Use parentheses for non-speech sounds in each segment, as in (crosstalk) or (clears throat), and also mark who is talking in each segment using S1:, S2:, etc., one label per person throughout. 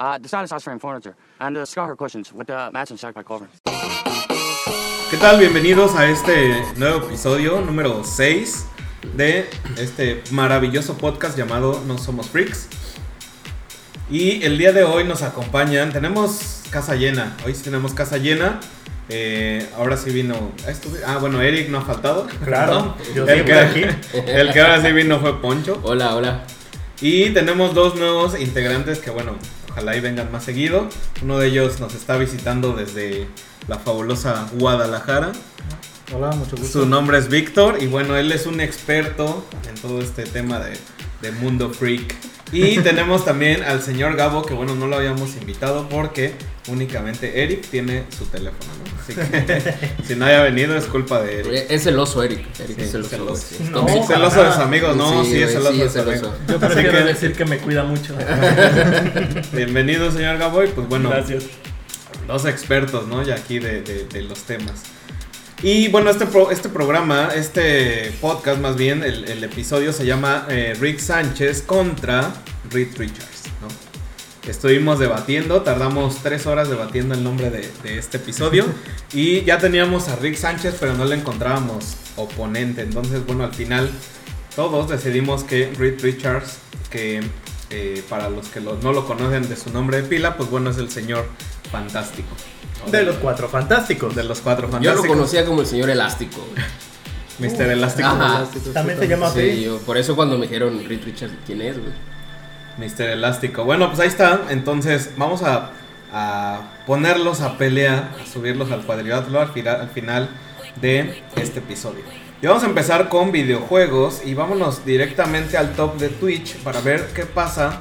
S1: uh, designer size frame furniture, and uh, the scarper cushions with the matching back cover.
S2: ¿Qué tal? Bienvenidos a este nuevo episodio número 6 de este maravilloso podcast llamado No Somos Freaks. Y el día de hoy nos acompañan, tenemos casa llena, hoy sí tenemos casa llena. Eh, ahora sí vino. esto- ah, bueno, Eric no ha faltado.
S3: Claro,
S2: ¿no?
S3: yo
S2: el,
S3: siempre
S2: que,
S3: aquí.
S2: (laughs) el que ahora sí vino fue Poncho.
S4: Hola, hola.
S2: Y tenemos dos nuevos integrantes que, bueno, ojalá y vengan más seguido. Uno de ellos nos está visitando desde la fabulosa Guadalajara.
S3: Hola, mucho
S2: Su
S3: gusto.
S2: nombre es Víctor y, bueno, él es un experto en todo este tema de, de mundo freak. Y tenemos también al señor Gabo, que, bueno, no lo habíamos invitado porque únicamente Eric tiene su teléfono, ¿no? Así que si no haya venido es culpa de Eric.
S4: Es el oso, Eric. Eric
S2: Sí,
S4: es el
S2: es el
S4: oso.
S2: oso.
S4: güey.
S3: No,
S4: Sí,
S2: Es celoso de sus amigos, no, sí,
S4: güey,
S2: es celoso de sus amigos.
S3: Yo
S2: Así
S3: prefiero
S2: que-
S3: decir que me cuida
S2: (laughs)
S3: mucho.
S2: Bienvenido, señor Gabo, y pues bueno,
S3: Gracias.
S2: dos expertos, ¿no? Ya aquí de, de- de los temas. Y bueno, este, pro- este programa, este podcast más bien, el, el episodio se llama eh, Rick Sánchez contra Rick Richards, ¿no? Estuvimos debatiendo, tardamos tres horas debatiendo el nombre de, de este episodio y ya teníamos a Rick Sánchez, pero no le encontrábamos oponente. Entonces, bueno, al final todos decidimos que Reed Richards, que eh, para los que lo- no lo conocen de su nombre de pila, pues bueno, es el señor fantástico. ¿no?
S3: De los cuatro fantásticos.
S2: de los cuatro
S4: Yo lo
S2: fantásticos.
S4: conocía como el señor elástico. güey.
S2: Mr. Elástico.
S4: Ajá.
S3: También se
S2: ¿Ah,
S3: llama
S4: Sí,
S3: así.
S4: yo- por eso cuando me dijeron Reed Richards, ¿quién es, güey?
S2: Mr. Elástico. Bueno, pues ahí está. Entonces, vamos a, a ponerlos a pelea, a subirlos al cuadrilátero al, fira- al final de este episodio. Y vamos a empezar con videojuegos y vámonos directamente al top de Twitch para ver qué pasa,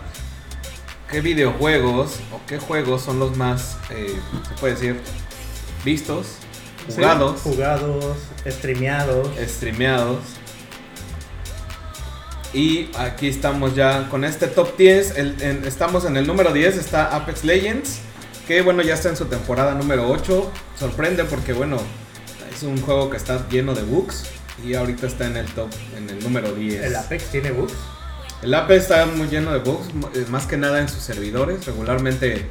S2: qué videojuegos o qué juegos son los más, eh, se puede decir, vistos, jugados,
S3: Sí, Jugados, streameados.
S2: streameados. Y aquí estamos ya con este top 10. El- en- estamos en el número 10, está Apex Legends. Que bueno, ya está en su temporada número 8. Sorprende porque bueno, es un juego que está lleno de bugs. Y ahorita está en el top, en el número 10.
S3: El Apex tiene bugs.
S2: El Apex está muy lleno de bugs, m- eh, más que nada en sus servidores. Regularmente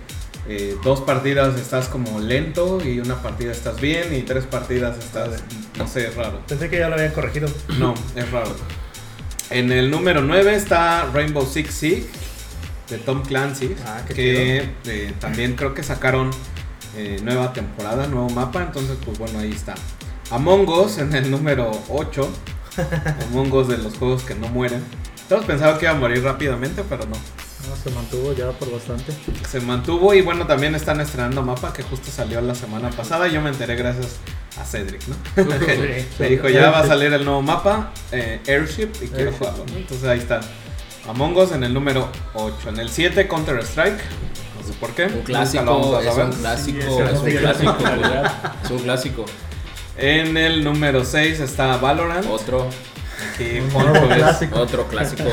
S2: eh, dos partidas estás como lento y una partida estás bien y tres partidas estás, no sé, es raro.
S3: Pensé que ya lo habían corregido.
S2: No, es raro. En el número 9 está Rainbow Six Siege de Tom Clancy.
S3: Ah, qué
S2: que eh, también creo que sacaron eh, nueva temporada, nuevo mapa. Entonces, pues bueno, ahí está. Among Us en el número
S3: (laughs)
S2: 8. Among Us de los juegos que no mueren. Todos pensaban que iba a morir rápidamente, pero no.
S3: No, se mantuvo ya por bastante.
S2: Se mantuvo y bueno, también están estrenando mapa que justo salió la semana pasada. Yo me enteré gracias a Cedric,
S4: (laughs)
S2: ¿no? Me dijo, ya va a salir el nuevo mapa, eh, Airship, y quiero
S3: Airship.
S2: jugarlo. ¿no? Entonces ahí está. Among Us en el número 8. En el 7, Counter-Strike. No sé por qué.
S4: Un
S2: nunca lo
S4: clásico,
S2: vamos a
S4: es un
S2: saber.
S4: clásico,
S3: Sí, ese
S4: es un
S3: sí,
S4: clásico,
S3: sí.
S4: güey. Es un clásico.
S2: En el número 6 está Valorant.
S4: Otro,
S2: Aquí
S3: Nuevo
S2: Poncho es,
S3: clásico.
S4: otro clásico.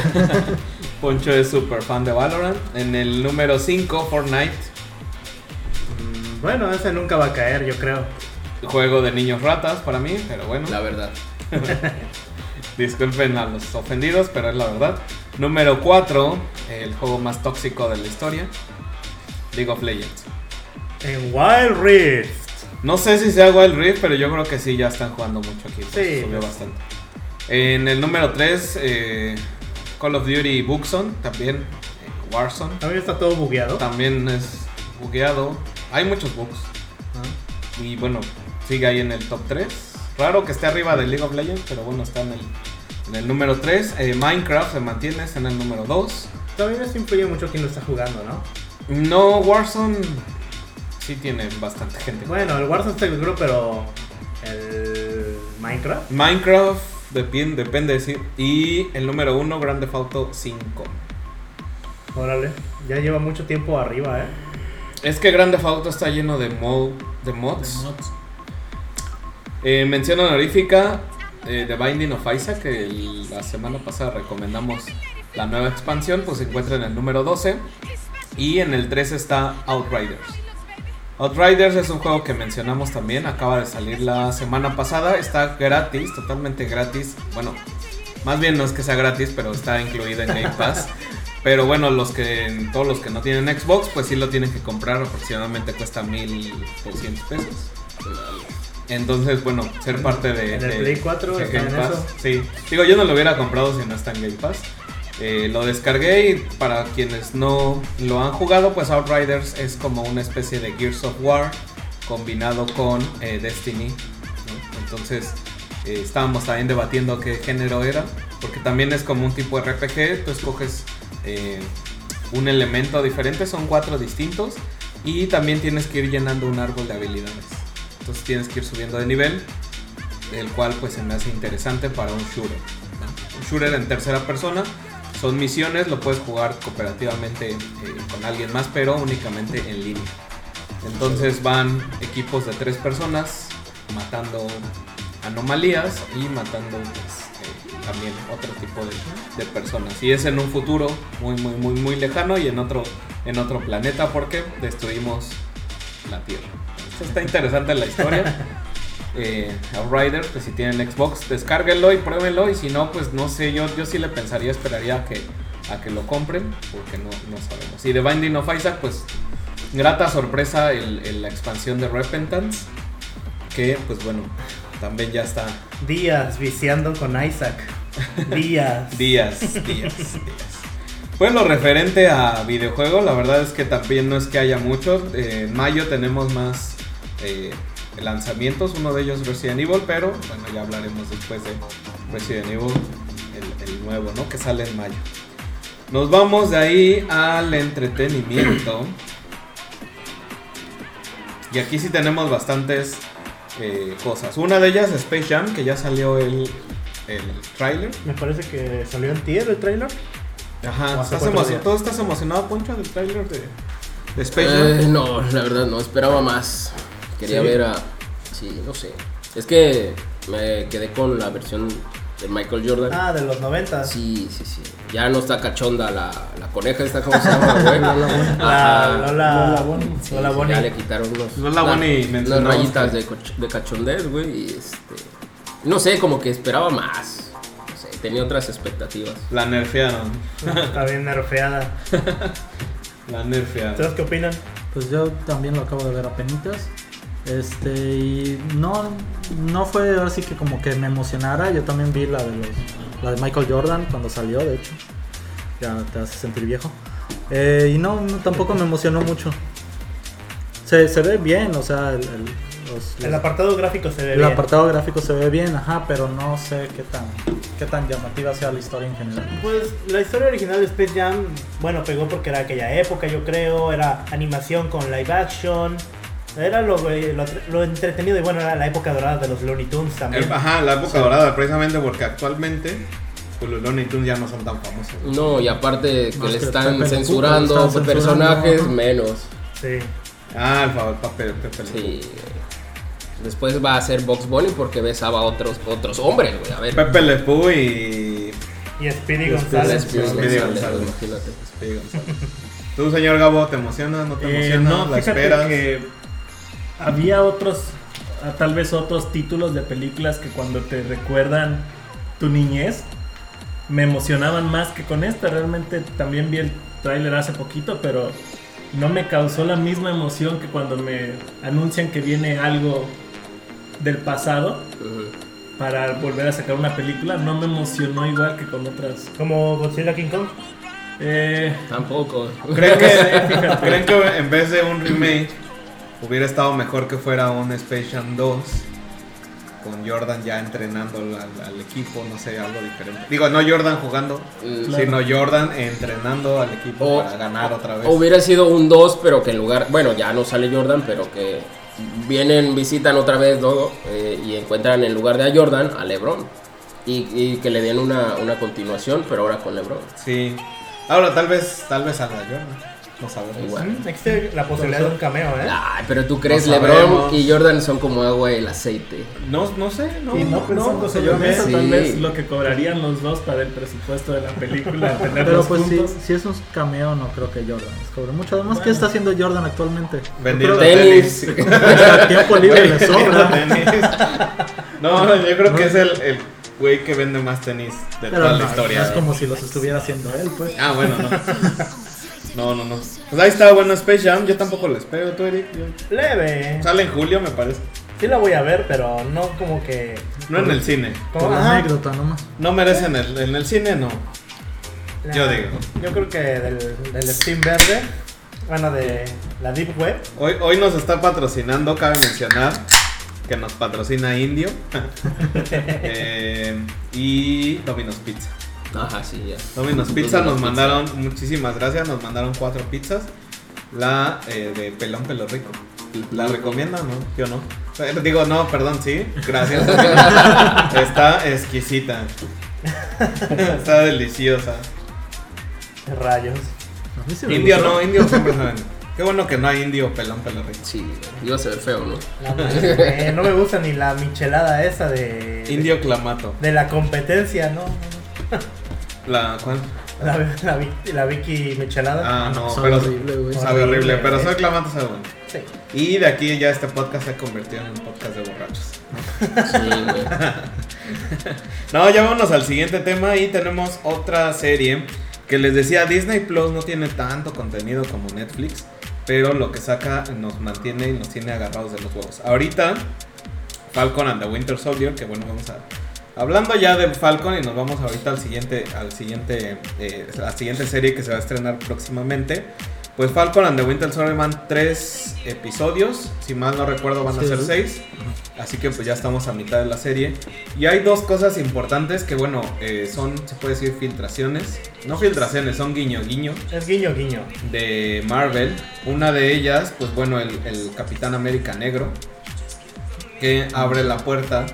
S2: Poncho es super fan de Valorant. En el número 5, Fortnite.
S3: Mm, Bueno, ese nunca va a caer, yo creo.
S2: Juego de niños ratas para mí, pero bueno.
S4: La verdad.
S2: Disculpen a los ofendidos, pero es la verdad. Número 4, el juego más tóxico de la historia. League of Legends.
S3: En Wild Rift.
S2: No sé si sea Wild Rift, pero yo creo que sí, ya están jugando mucho aquí.
S3: Sí.
S2: Subió bastante. En el número 3, Call of Duty Buxon, también eh, Warzone.
S3: También está todo bugueado.
S2: También es bugueado. Hay muchos bugs. Y bueno, sigue ahí en el top 3. Raro que esté arriba de League of Legends, pero bueno, está en el, en el número 3. Minecraft se mantiene, está en el número 2.
S3: También eso influye mucho quién lo está jugando, ¿no?
S2: No, Warzone sí tiene bastante gente.
S3: Bueno, el Warzone está seguro, pero el Minecraft.
S2: Minecraft depende, depende sí. Y el número uno, Grand Theft Auto 5.
S3: Órale, ya lleva mucho tiempo arriba, ¿eh?
S2: Es que Grand Theft Auto está lleno de, mod, de mods. Eh, mención honorífica eh, de Binding of Isaac, que el- la semana pasada recomendamos la nueva expansión, pues se encuentra en el número 12. Y en el 13 está Outriders. Outriders es un juego que mencionamos también, acaba de salir la semana pasada, está gratis,
S3: (laughs)
S2: totalmente gratis. Bueno, más bien no es que sea gratis, pero está incluido en Game Pass. Pero bueno, los que todos los que no tienen Xbox, pues sí lo tienen que comprar. Aproximadamente cuesta 1.200 pesos. Entonces, bueno, ser parte de.
S3: En el
S2: de-
S3: Play 4
S2: de
S3: está en eso.
S2: Sí. Digo, yo no lo hubiera comprado si no está en Game Pass. Eh, lo descargué y para quienes no lo han jugado, pues Outriders es como una especie de Gears of War combinado con eh, Destiny. ¿no? Entonces eh, estábamos también debatiendo qué género era, porque también es como un tipo de RPG, tú escoges eh, un elemento diferente, son cuatro distintos, y también tienes que ir llenando un árbol de habilidades. Entonces tienes que ir subiendo de nivel, el cual pues se me hace interesante para un shooter. ¿no? Un shooter en tercera persona. Son misiones, lo puedes jugar cooperativamente eh, con alguien más, pero únicamente en línea. Entonces van equipos de tres personas matando anomalías y matando pues, eh, también otro tipo de, de personas. Y es en un futuro muy, muy, muy, muy lejano y en otro, en otro planeta porque destruimos la Tierra. Esto está interesante la historia. Eh, Outriders, pues si tienen Xbox, descárguenlo y pruébenlo. Y si no, pues no sé, yo, yo sí le pensaría, esperaría a que, a que lo compren, porque no, no sabemos. Y The Binding of Isaac, pues grata sorpresa el, el- la expansión de Repentance, que pues bueno, también ya está
S3: Días viciando con
S4: (laughs)
S3: Isaac. Días.
S2: días, días, (laughs) días. Pues lo referente a videojuego, la verdad es que también no es que haya mucho. Eh, en mayo tenemos más eh, lanzamientos, uno de ellos Resident Evil, pero bueno, ya hablaremos después de Resident Evil, el, el nuevo, ¿no? Que sale en mayo. Nos vamos de ahí al entretenimiento. Y aquí sí tenemos bastantes eh, cosas. Una de ellas, Space Jam, que ya salió el, el tráiler.
S3: Me parece que salió en tier el trailer.
S2: Ajá,
S3: O
S2: estás
S3: hace cuatro
S2: emocionado,
S3: días.
S2: ¿todo estás emocionado, Poncho, del tráiler de, de Space Jam?
S4: Eh, no, la verdad no, esperaba más. Quería
S2: ¿Sí?
S4: ver a. Sí, no sé. Es que me quedé con la versión de Michael Jordan.
S3: Ah, de los 90.
S4: Sí, sí, sí. Ya no está cachonda la, la coneja esta, ¿cómo se llama? güey?
S2: (laughs)
S4: Ajá.
S3: La Lola,
S5: Lola Bunny.
S4: Sí,
S3: Lola
S4: sí,
S3: Bunny.
S4: Ya le quitaron unos,
S2: Lola
S4: una-
S2: Bunny
S4: unas
S2: mencionamos
S4: rayitas
S2: que-
S4: de, coch- de cachondez, güey. Y este. No sé, como que esperaba más. No sé, tenía otras expectativas.
S2: La nerfearon,
S3: Está bien nerfeada.
S2: la nerfearon.
S3: ¿Ustedes qué opinan?
S5: Pues yo también lo acabo de ver a penitas. Este, y no, no fue ahora sí que como que me emocionara. Yo también vi la de, los, la de Michael Jordan cuando salió, de hecho. Ya te hace sentir viejo. Eh, y no, no, tampoco me emocionó mucho. Se, se ve bien, o sea, el, el- los-
S3: El apartado gráfico se ve
S5: el
S3: bien.
S5: apartado gráfico se ve bien, ajá, pero no sé qué tan, qué tan llamativa sea la historia en general.
S3: Pues la historia original de Space Jam, bueno, pegó porque era aquella época, yo creo, era animación con live action, era lo, eh, lo, lo entretenido y bueno, era la época dorada de los Looney Tunes también.
S2: Eh, Ajá, la época dorada, precisamente porque actualmente pues, los Looney Tunes ya no son tan famosos.
S4: No, y aparte que
S5: Más
S4: le
S5: que
S4: están
S5: Pepe Le Pew,
S4: censurando
S5: le están
S4: personajes,
S5: censurando.
S4: menos.
S3: Sí.
S2: Ah, el favor, papel, papel.
S4: Sí. Después va a ser Box Bunny porque besaba a otros, otros hombres, güey. A ver.
S2: Pepe Le Pew y...
S3: Y Speedy
S5: Y
S3: González.
S4: Lesbian
S2: Lesbian
S4: González,
S2: González.
S4: imagínate.
S2: Speedy
S5: (laughs)
S2: González. Tú, señor Gabo, ¿te emocionas? ¿No te
S5: Eh,
S2: emocionas?
S5: no,
S2: ¿La
S5: fíjate
S2: esperas?
S5: que-
S6: Había otros, ah, tal vez otros títulos de películas que cuando te recuerdan tu niñez me emocionaban más que con esta. Realmente también vi el tráiler hace poquito, pero no me causó la misma emoción que cuando me anuncian que viene algo del pasado
S4: Ujú.
S6: para volver a sacar una película. No me emocionó igual que con otras.
S3: Como Godzilla King Kong.
S6: Eh,
S4: Tampoco.
S2: ¿Creen que, ¿Creen que en vez de un remake hubiera estado mejor que fuera un Space Jam 2? Con Jordan ya entrenando al, al equipo, no sé, algo diferente. Digo, no Jordan jugando,
S4: Mm,
S2: sino Jordan entrenando al equipo
S4: O-
S2: para ganar otra vez.
S4: Hubiera sido un 2, pero que en lugar. Bueno, ya no sale Jordan, pero que vienen, visitan otra vez todo eh, y encuentran en lugar de a Jordan a LeBron. Y, y que le den una, una continuación, pero ahora con LeBron.
S2: Sí. Ahora, tal vez, tal vez salga Jordan. No sabemos.
S4: Igual.
S3: Mm, Existe la posibilidad de un cameo, ¿eh?
S4: Ay, pero tú crees,
S2: No
S4: LeBron
S2: sabemos.
S4: y Jordan son como agua y el aceite.
S2: No, no sé, no.
S6: y no
S2: no,
S6: pensando
S2: sé,
S6: sobre
S2: yo
S6: eso,
S4: sí.
S6: tal vez lo que cobrarían los dos para el presupuesto de la película,
S3: (laughs)
S5: Pero
S6: tenerlos
S5: pues si,
S6: juntos.
S5: si es un cameo, no creo que Jordan les cobre mucho. Además, ¿qué está haciendo Jordan actualmente?
S2: Vendiendo
S5: Yo creo
S4: Tenis.
S2: tenis.
S5: (laughs)
S2: (laughs)
S5: que tiempo libre le sobra.
S2: Tenis. No, yo creo que es el, el- güey que vende más tenis de
S5: Pero
S2: toda
S5: no,
S2: la
S5: no
S2: historia.
S5: es
S2: güey.
S5: como si los estuviera haciendo él, pues.
S2: Ah, bueno, no. No, no, no. Pues ahí está, bueno, Space Jam. Yo tampoco lo espero, tú, Eric. Yo-
S3: Leve.
S2: Sale en julio, me parece.
S3: Sí la voy a ver, pero no como que.
S2: No en el cine.
S5: Por
S3: como-
S5: la
S3: ajá.
S5: anécdota nomás.
S2: No merecen el, en el cine, no.
S3: La-
S2: Yo digo.
S3: Yo creo que del, del Steam Verde, bueno, de la Deep Web,
S2: Hoy, hoy nos está patrocinando, cabe mencionar que nos patrocina Indio (laughs) Eh, y Domino's Pizza.
S4: Ajá, sí, ya.
S2: Domino's Pizza nos
S4: Domino's
S2: mandaron, muchísimas gracias, nos mandaron cuatro pizzas. La eh, de Pelón Pelo Rico. ¿La recomiendan? No, yo no. Eh, Digo, no, perdón, sí.
S5: (laughs)
S2: Gracias. Está exquisita. Está deliciosa.
S3: de rayos.
S5: A mí sí me
S2: Indio
S5: gustó.
S2: no, indio siempre saben. Qué bueno que no hay indio pelón pelo rico.
S4: Sí, iba a ser feo, ¿no?
S2: (laughs)
S3: La madre, eh, no me gusta ni la michelada esa de.
S2: Indio clamato.
S3: De la competencia, ¿no?
S2: La, ¿cuál?
S3: La, la, Vi- la Vicky Michelada.
S2: Ah, no,
S5: sabe
S2: pero
S5: horrible, güey.
S2: sabe horrible, pero soy clamato sabe bueno.
S3: Sí.
S2: Y de aquí ya este podcast se ha convertido en un podcast de borrachos.
S4: Sí, güey.
S2: No, ya vámonos al siguiente tema y tenemos otra serie que les decía Disney Plus no tiene tanto contenido como Netflix, pero lo que saca nos mantiene y nos tiene agarrados de los huevos. Ahorita Falcon and the Winter Soldier, que bueno, vamos a hablando ya de Falcon y nos vamos ahorita al siguiente al siguiente eh, a la siguiente serie que se va a estrenar próximamente. Pues Falcon and the Winter Soldier van tres episodios, si mal no recuerdo van a
S5: Sí,
S2: ser
S5: sí.
S2: seis, así que pues ya estamos a mitad de la serie. Y hay dos cosas importantes que, bueno, eh, son, se puede decir, filtraciones. No filtraciones, son guiño, guiño
S3: Es guiño, guiño.
S2: de Marvel. Una de ellas, pues bueno, el, el Capitán América Negro, que abre la puerta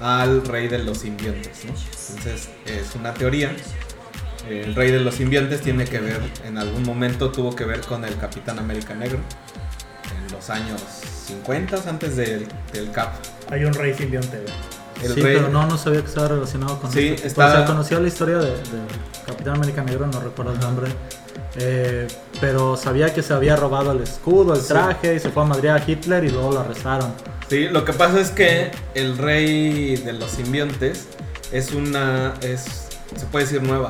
S2: al Rey de los Simbiontes, ¿no? Entonces, es una teoría. El Rey de los Simbiontes tiene que ver, en algún momento tuvo que ver con el Capitán América Negro, en los años 50, antes del, del Cap.
S3: Hay un rey simbionte, güey.
S2: El
S5: sí,
S2: rey-
S5: pero no, no sabía que estaba relacionado con
S2: Sí,
S5: esto. Pues,
S2: está-
S5: O sea, conocía la historia de, de Capitán América Negro, no recuerdo el nombre. Eh, pero sabía que se había robado el escudo, el
S2: Sí.
S5: traje, y se fue a Madrid a Hitler y luego lo arrestaron.
S2: Sí, lo que pasa es que el rey de los simbiontes es una. es. se puede decir nueva.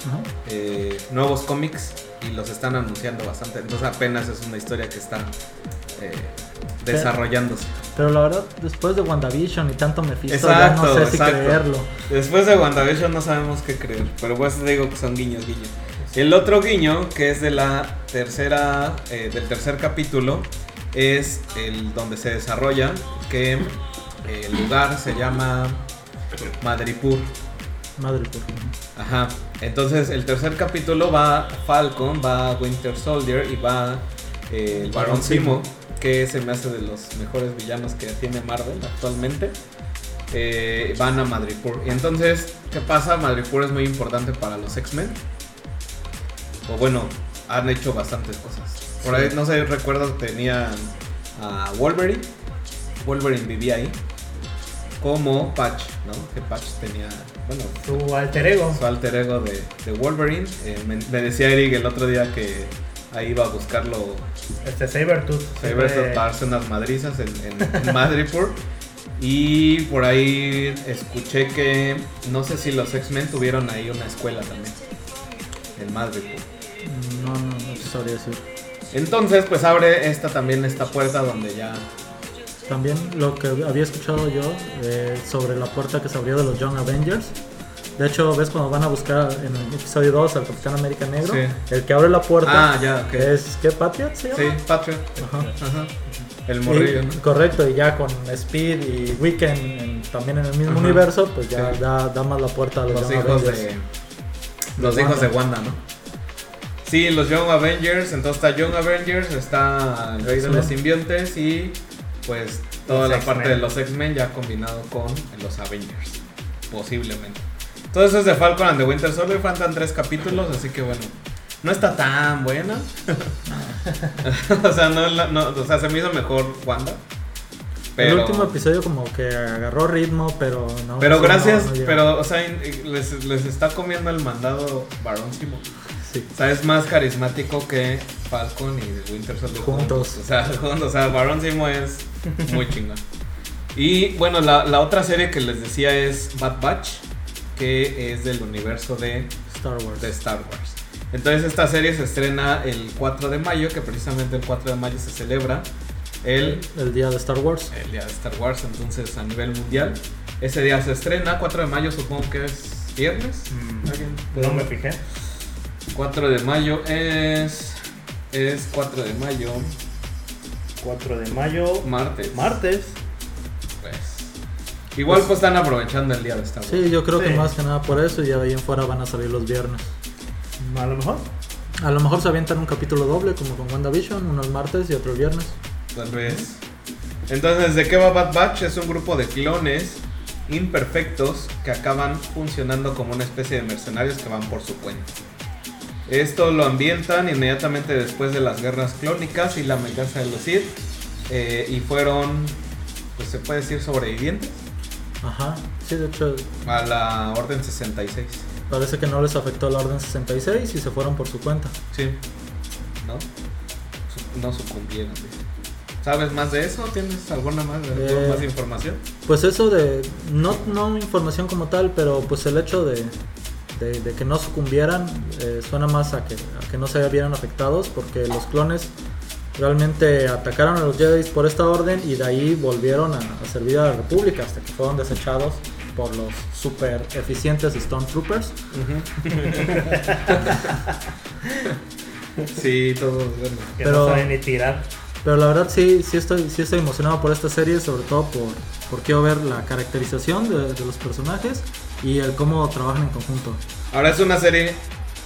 S5: Ajá.
S2: eh, nuevos cómics y los están anunciando bastante. Entonces apenas es una historia que está eh, desarrollándose.
S5: Pero la verdad, después de WandaVision y tanto Mephisto, ya
S2: Exacto,
S5: no sé si
S2: exacto.
S5: creerlo.
S2: Después de WandaVision no sabemos qué creer, pero pues te digo que son guiños, guiños. El otro guiño, que es de la tercera, eh, del tercer capítulo, es el donde se desarrolla, que eh, el lugar se llama Madripur.
S5: Madre por
S2: Ajá. Entonces, el tercer capítulo va Falcon, va Winter Soldier y va eh, el Barón Simo, que se me hace de los mejores villanos que tiene Marvel actualmente. Eh, van a Madripoor. Y entonces, ¿qué pasa? Madripoor es muy importante para los X-Men. O bueno, han hecho bastantes cosas. Por ahí, no sé, recuerdo que tenían a Wolverine. Wolverine vivía ahí. Como Patch, ¿no? Que Patch tenía, bueno,
S3: Su alter ego.
S2: su alter ego de, de Wolverine. Eh, me, me decía Eric el otro día que ahí iba a buscarlo
S3: Este Sabertooth.
S2: Sabertooth para darse unas madrizas en, en- en Madripoor. Y por ahí escuché que no sé si los X-Men tuvieron ahí una escuela también en Madripoor.
S5: No, no, no te sabría decir.
S2: Entonces, pues abre esta también esta puerta donde ya
S5: También lo que había escuchado yo eh, sobre la puerta que se abrió de los Young Avengers. De hecho, ves cuando van a buscar en el episodio 2 al Capitán América Negro,
S2: Sí.
S5: el que abre la puerta
S2: Ah, ya, ok.
S5: es ¿qué Patriot se
S2: Sí,
S5: llama?
S2: Patriot.
S5: Ajá.
S2: Ajá. El
S5: Y-
S2: morrillo, ¿no?
S5: Correcto, y ya con Speed y Weekend en- también en el mismo
S2: Ajá.
S5: universo, pues ya
S2: Sí.
S5: da, da más la puerta a los,
S2: los
S5: Young
S2: hijos
S5: Avengers.
S2: de los hijos de Wanda, ¿no? Sí, los Young Avengers, entonces está Young Avengers, está el Rey de los
S5: X-Men.
S2: Simbiontes y pues toda
S3: Los
S2: la
S3: X-Men.
S2: parte de los X-Men ya combinado con los Avengers, posiblemente. Todo eso es de Falcon and the Winter Soldier, faltan tres capítulos, así que bueno, no está tan buena. (laughs) o, sea, no, es la- no, o sea, se me hizo mejor Wanda. Pero...
S5: El último episodio como que agarró ritmo, pero no.
S2: Pero
S5: sí,
S2: gracias,
S5: no, no llega.
S2: pero, o sea, in- les, les está comiendo el mandado Barón Simo.
S5: Sí.
S2: O sea, es más carismático que Falcon y The Winter Soldier
S5: Juntos.
S2: O sea, (laughs) juntos, o sea, Barón Simo es muy chingón. Y bueno, la, la otra serie que les decía es Bad Batch. que es del universo de,
S5: Star Wars.
S2: de Star Wars. Entonces esta serie se estrena el 4 de mayo, que precisamente el 4 de mayo se celebra el,
S5: El día de Star Wars.
S2: el día eh, de Star Wars, entonces a nivel mundial. Ese día se estrena, 4 de mayo supongo que es viernes. ¿Alguien puede
S6: Mm. No me
S2: ver?
S6: fijé.
S2: 4 de mayo es. Es 4 de mayo,
S3: 4 de mayo.
S2: martes.
S3: Martes.
S2: Pues, Igual pues, están aprovechando el día de Star Wars.
S5: Sí, yo creo
S3: Sí.
S5: que más que nada por eso y ya de ahí en fuera van a salir los viernes.
S3: A lo mejor.
S5: A lo mejor se avientan un capítulo doble como con WandaVision, uno el martes y otro el viernes.
S2: Tal vez. Entonces, ¿de qué va Bad Batch? Es un grupo de clones imperfectos que acaban funcionando como una especie de mercenarios que van por su cuenta. Esto lo ambientan inmediatamente después de las guerras clónicas y la venganza de los Sith. eh, y fueron, pues se puede decir, sobrevivientes
S5: Ajá. Sí, de hecho
S2: a la Orden 66.
S5: parece que no les afectó la Orden 66 y se fueron por su cuenta.
S2: Sí. ¿No? Su- No sucumbieron. dice. ¿Sabes más de eso? ¿Tienes alguna más,
S5: Eh,
S2: más información?
S5: Pues eso de, no, no información como tal, pero pues el hecho de, de- de que no sucumbieran eh, suena más a que, a que no se vieran afectados porque los clones realmente atacaron a los Jedi por esta orden y de ahí volvieron a, a servir a la República hasta que fueron desechados por los super eficientes Stormtroopers.
S2: (laughs) Sí, todos, bueno.
S3: Que
S5: Pero-
S3: no saben ni tirar.
S5: Pero la verdad sí, sí estoy, sí estoy emocionado por esta serie, sobre todo por, por quiero ver la caracterización de, de los personajes y el cómo trabajan en conjunto.
S2: Ahora es una serie,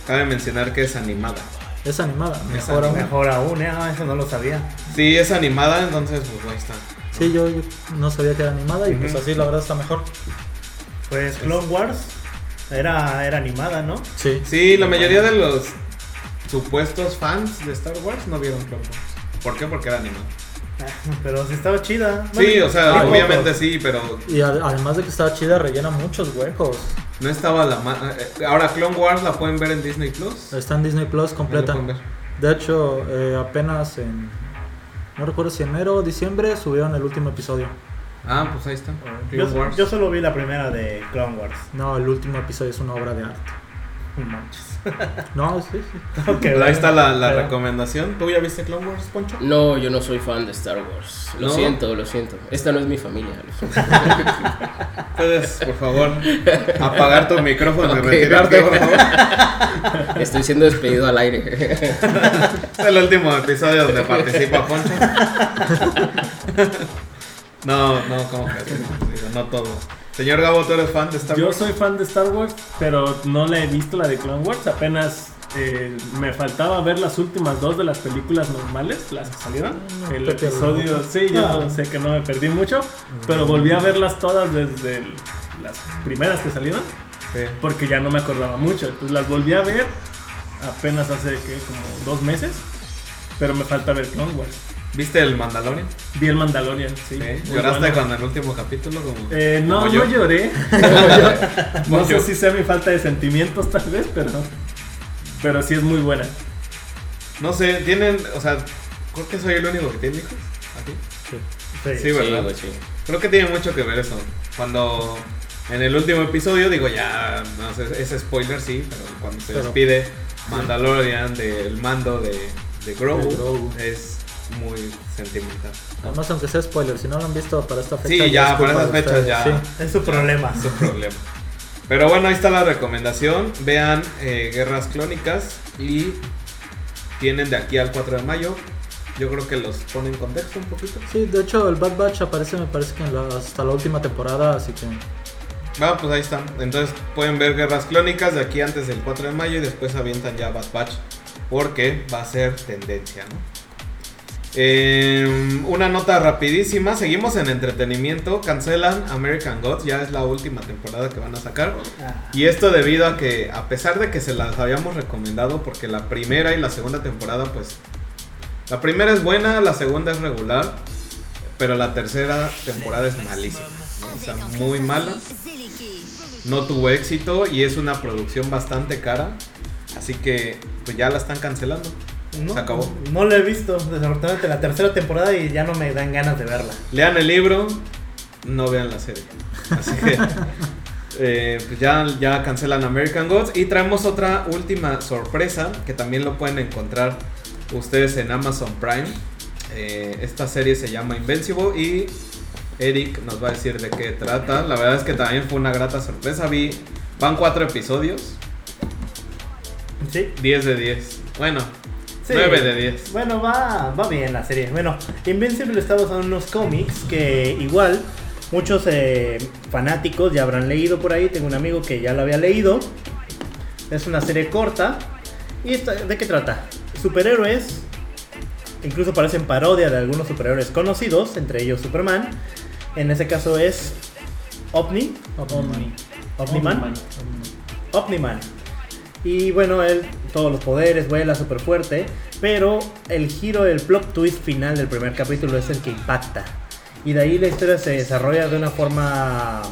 S2: cabe mencionar que es animada.
S5: Es animada,
S2: Es
S5: mejor aún.
S2: animada.
S3: Mejor aún, ¿eh? Ah, eso no lo sabía.
S2: Sí, es animada, entonces pues ahí está.
S5: Sí, yo, yo no sabía que era animada y pues
S2: Ujú.
S5: así la verdad está mejor.
S3: Pues Clone Wars era, era animada, (laughs) ¿no?
S5: Sí.
S2: Sí, la mayoría de los supuestos fans de Star Wars no vieron Clone Wars. ¿Por qué? Porque era animada.
S3: Pero sí estaba chida.
S2: Sí,
S3: Bueno,
S2: o sea,
S5: sí,
S2: obviamente
S5: pocos.
S2: sí, pero
S5: Y a- además de que estaba chida, rellena muchos huecos.
S2: no estaba la ma- eh, Ahora Clone Wars la pueden ver en Disney Plus.
S5: Está en Disney Plus completa.
S2: Ahí la pueden ver.
S5: De hecho, eh, apenas en. No recuerdo si enero o diciembre subieron el último episodio.
S2: Ah, pues ahí está. Clone
S3: yo,
S2: Wars.
S3: yo solo vi la primera de Clone Wars.
S5: No, el último episodio es una obra de arte.
S3: No manches.
S5: No, sí, sí.
S3: (laughs) Ok,
S2: Ahí
S3: bueno.
S2: está la, la
S3: Pero-
S2: recomendación. ¿Tú ya viste Clone Wars, Poncho?
S4: No, yo no soy fan de Star Wars. Lo
S2: ¿No?
S4: siento, lo siento. Esta no es mi familia. lo siento.
S2: Puedes, por favor, apagar tu micrófono
S4: Ok,
S2: y retirarte,
S4: ok.
S2: por favor.
S4: Estoy siendo despedido al aire.
S2: Es el último episodio donde participa Poncho. No, no, ¿cómo que? No todo. Señor Gabo, ¿tú eres fan de Star
S6: Yo
S2: Wars?
S6: soy fan de Star Wars, pero no la he visto la de Clone Wars. Apenas eh, me faltaba ver las últimas dos de las películas normales, las que salieron.
S5: No
S6: El
S5: te pierdes
S6: episodio,
S5: mucho.
S6: sí, yo
S5: Ah.
S6: sé que no me perdí mucho, pero volví a verlas todas desde el- las primeras que salieron,
S2: Sí.
S6: porque ya no me acordaba mucho. Entonces las volví a ver apenas hace ¿qué? como dos meses, pero me falta ver Clone Wars.
S2: ¿Viste el Mandalorian?
S6: Vi el Mandalorian, sí.
S2: Sí.
S6: muy
S2: ¿Lloraste
S6: bueno.
S2: con el último capítulo? Como,
S6: Eh, no,
S2: como (laughs)
S6: no lloré. No
S2: Como yo.
S6: sé si sea mi falta de sentimientos tal vez, pero, pero sí es muy buena.
S2: No sé, tienen, o sea, creo que soy el único que tiene hijos aquí.
S3: Sí.
S2: Sí, ¿verdad?
S4: güey, sí.
S2: Creo que tiene mucho que ver eso. Cuando en el último episodio, digo ya, no sé, es spoiler, sí, pero cuando se
S5: Pero-
S2: despide Mandalorian del mando de, de Grogu,
S5: De Grogu.
S2: es muy sentimental.
S5: Además, aunque sea spoiler, si no lo han visto para esta fecha.
S2: Sí, ya,
S5: es
S2: para
S5: culpa
S2: esas
S5: de
S2: fechas ya
S5: ustedes,
S3: Es su problema.
S2: es un problema. Pero bueno, ahí está la recomendación. Vean eh, Guerras Clónicas y tienen de aquí al 4 de mayo. Yo creo que los pone en contexto un poquito.
S5: Sí. Sí, de hecho, el Bad Batch aparece, me parece que en la- hasta la última temporada, así que.
S2: Va, pues ahí están. Entonces pueden ver Guerras Clónicas de aquí antes del 4 de mayo y después avientan ya Bad Batch porque va a ser tendencia, ¿no? Em, una nota rapidísima, seguimos en entretenimiento, cancelan American Gods, ya es la última temporada que van a sacar.
S3: Ah,
S2: Y esto debido a que, a pesar de que se las habíamos recomendado, porque la primera y la segunda temporada, pues. La primera es buena, la segunda es regular, pero la tercera temporada es malísima. ¿no? O sea, muy mala. No tuvo éxito y es una producción bastante cara. Así que, pues ya la están cancelando.
S3: no,
S2: Se acabó.
S3: No lo he visto, desafortunadamente, la tercera temporada y ya no me dan ganas de verla.
S2: Lean el libro, no vean la serie. Así que. eh, pues ya, ya cancelan American Gods. Y traemos otra última sorpresa que también lo pueden encontrar ustedes en Amazon Prime. Eh, esta serie se llama Invencible y Eric nos va a decir de qué trata. La verdad es que también fue una grata sorpresa. Vi, van cuatro episodios,
S3: Sí.
S2: 10 de 10. Bueno,
S3: Sí.
S2: 9 de 10.
S3: Bueno, va, va bien la serie. Bueno, Invincible está basado en unos cómics que igual muchos eh, fanáticos ya habrán leído por ahí. Tengo un amigo que ya la había leído. Es una serie corta. ¿Y esta- de qué trata? Superhéroes. Incluso parecen parodia de algunos superhéroes conocidos, entre ellos Superman. En ese caso es Omni.
S5: Omni.
S3: Omniman. Omniman. Y bueno, él, todos los poderes, vuela súper fuerte. Pero el giro, el plot twist final del primer capítulo es el que impacta. Y de ahí la historia se desarrolla de una forma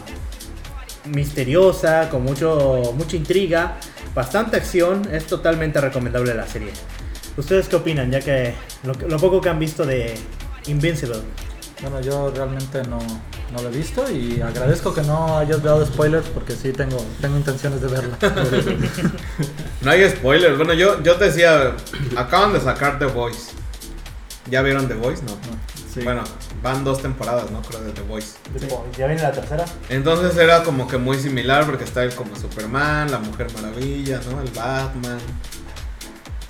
S3: misteriosa, con mucho, mucha intriga, bastante acción. Es totalmente recomendable la serie. ¿Ustedes qué opinan? Ya que lo, que- lo poco que han visto de Invincible.
S5: Bueno, yo realmente no, no lo he visto y agradezco que no hayas dado spoilers porque sí tengo, tengo intenciones
S2: (laughs)
S5: de verla.
S2: No hay spoilers. Bueno, yo, yo te decía, acaban de sacar The Voice. ¿Ya vieron The Voice? No. Bueno, van dos temporadas, ¿no? Creo de The Voice.
S3: ¿Ya viene la tercera?
S2: Entonces era como que muy similar porque está el como Superman, la Mujer Maravilla, ¿no? El Batman.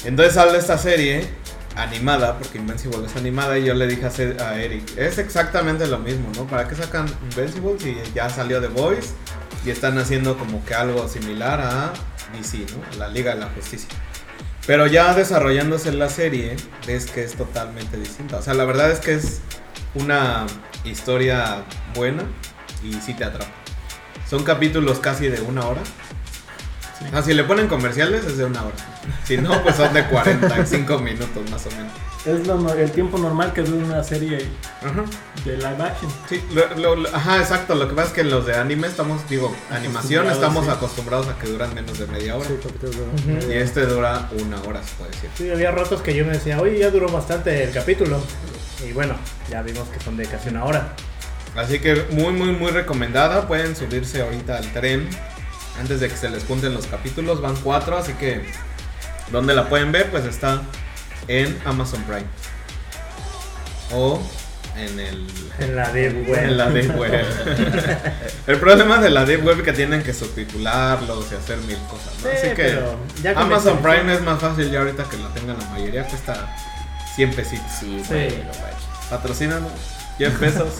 S2: Entonces sale esta serie animada, porque Invincible es animada, y yo le dije a, Ce- a Eric, es exactamente lo mismo, ¿no? ¿Para qué sacan Invincible si ya salió The Voice y están haciendo como que algo similar a DC, ¿no? La Liga de la Justicia. Pero ya desarrollándose la serie, es que es totalmente distinta. O sea, la verdad es que es una historia buena y sí te atrapa. Son capítulos casi de una hora. Ah, si le ponen comerciales es de una hora. Si no, pues son de (laughs) 45 minutos más o menos.
S6: Es lo no- el tiempo normal que dura una serie
S2: Ajá.
S6: de live action.
S2: Sí, lo- lo- lo- ajá, exacto. Lo que pasa es que los de anime estamos, digo, animación,
S6: Acostumbrados,
S2: estamos
S6: sí.
S2: acostumbrados a que duran menos de media hora.
S5: Sí, capítulos de-
S2: Y este dura una hora, se puede decir.
S3: Sí, había ratos que yo me decía, oye, ya duró bastante el capítulo. Y bueno, ya vimos que son de casi una hora.
S2: Así que muy, muy, muy recomendada. Pueden subirse ahorita al tren antes de que se les junten los capítulos. Van cuatro, así que donde la pueden ver, pues está en Amazon Prime o en el
S3: En la de
S2: en la deep web.
S3: (laughs)
S2: el problema de la deep web que tienen que subtitularlos y hacer mil cosas. ¿no?
S3: Sí,
S2: así que
S3: pero ya con
S2: Amazon
S3: eso-
S2: Prime es más fácil ya ahorita que la tengan la mayoría cuesta 100 pesitos.
S4: Sí,
S3: Sí.
S4: bueno, manches.
S2: Patrocínanos. 10 pesos.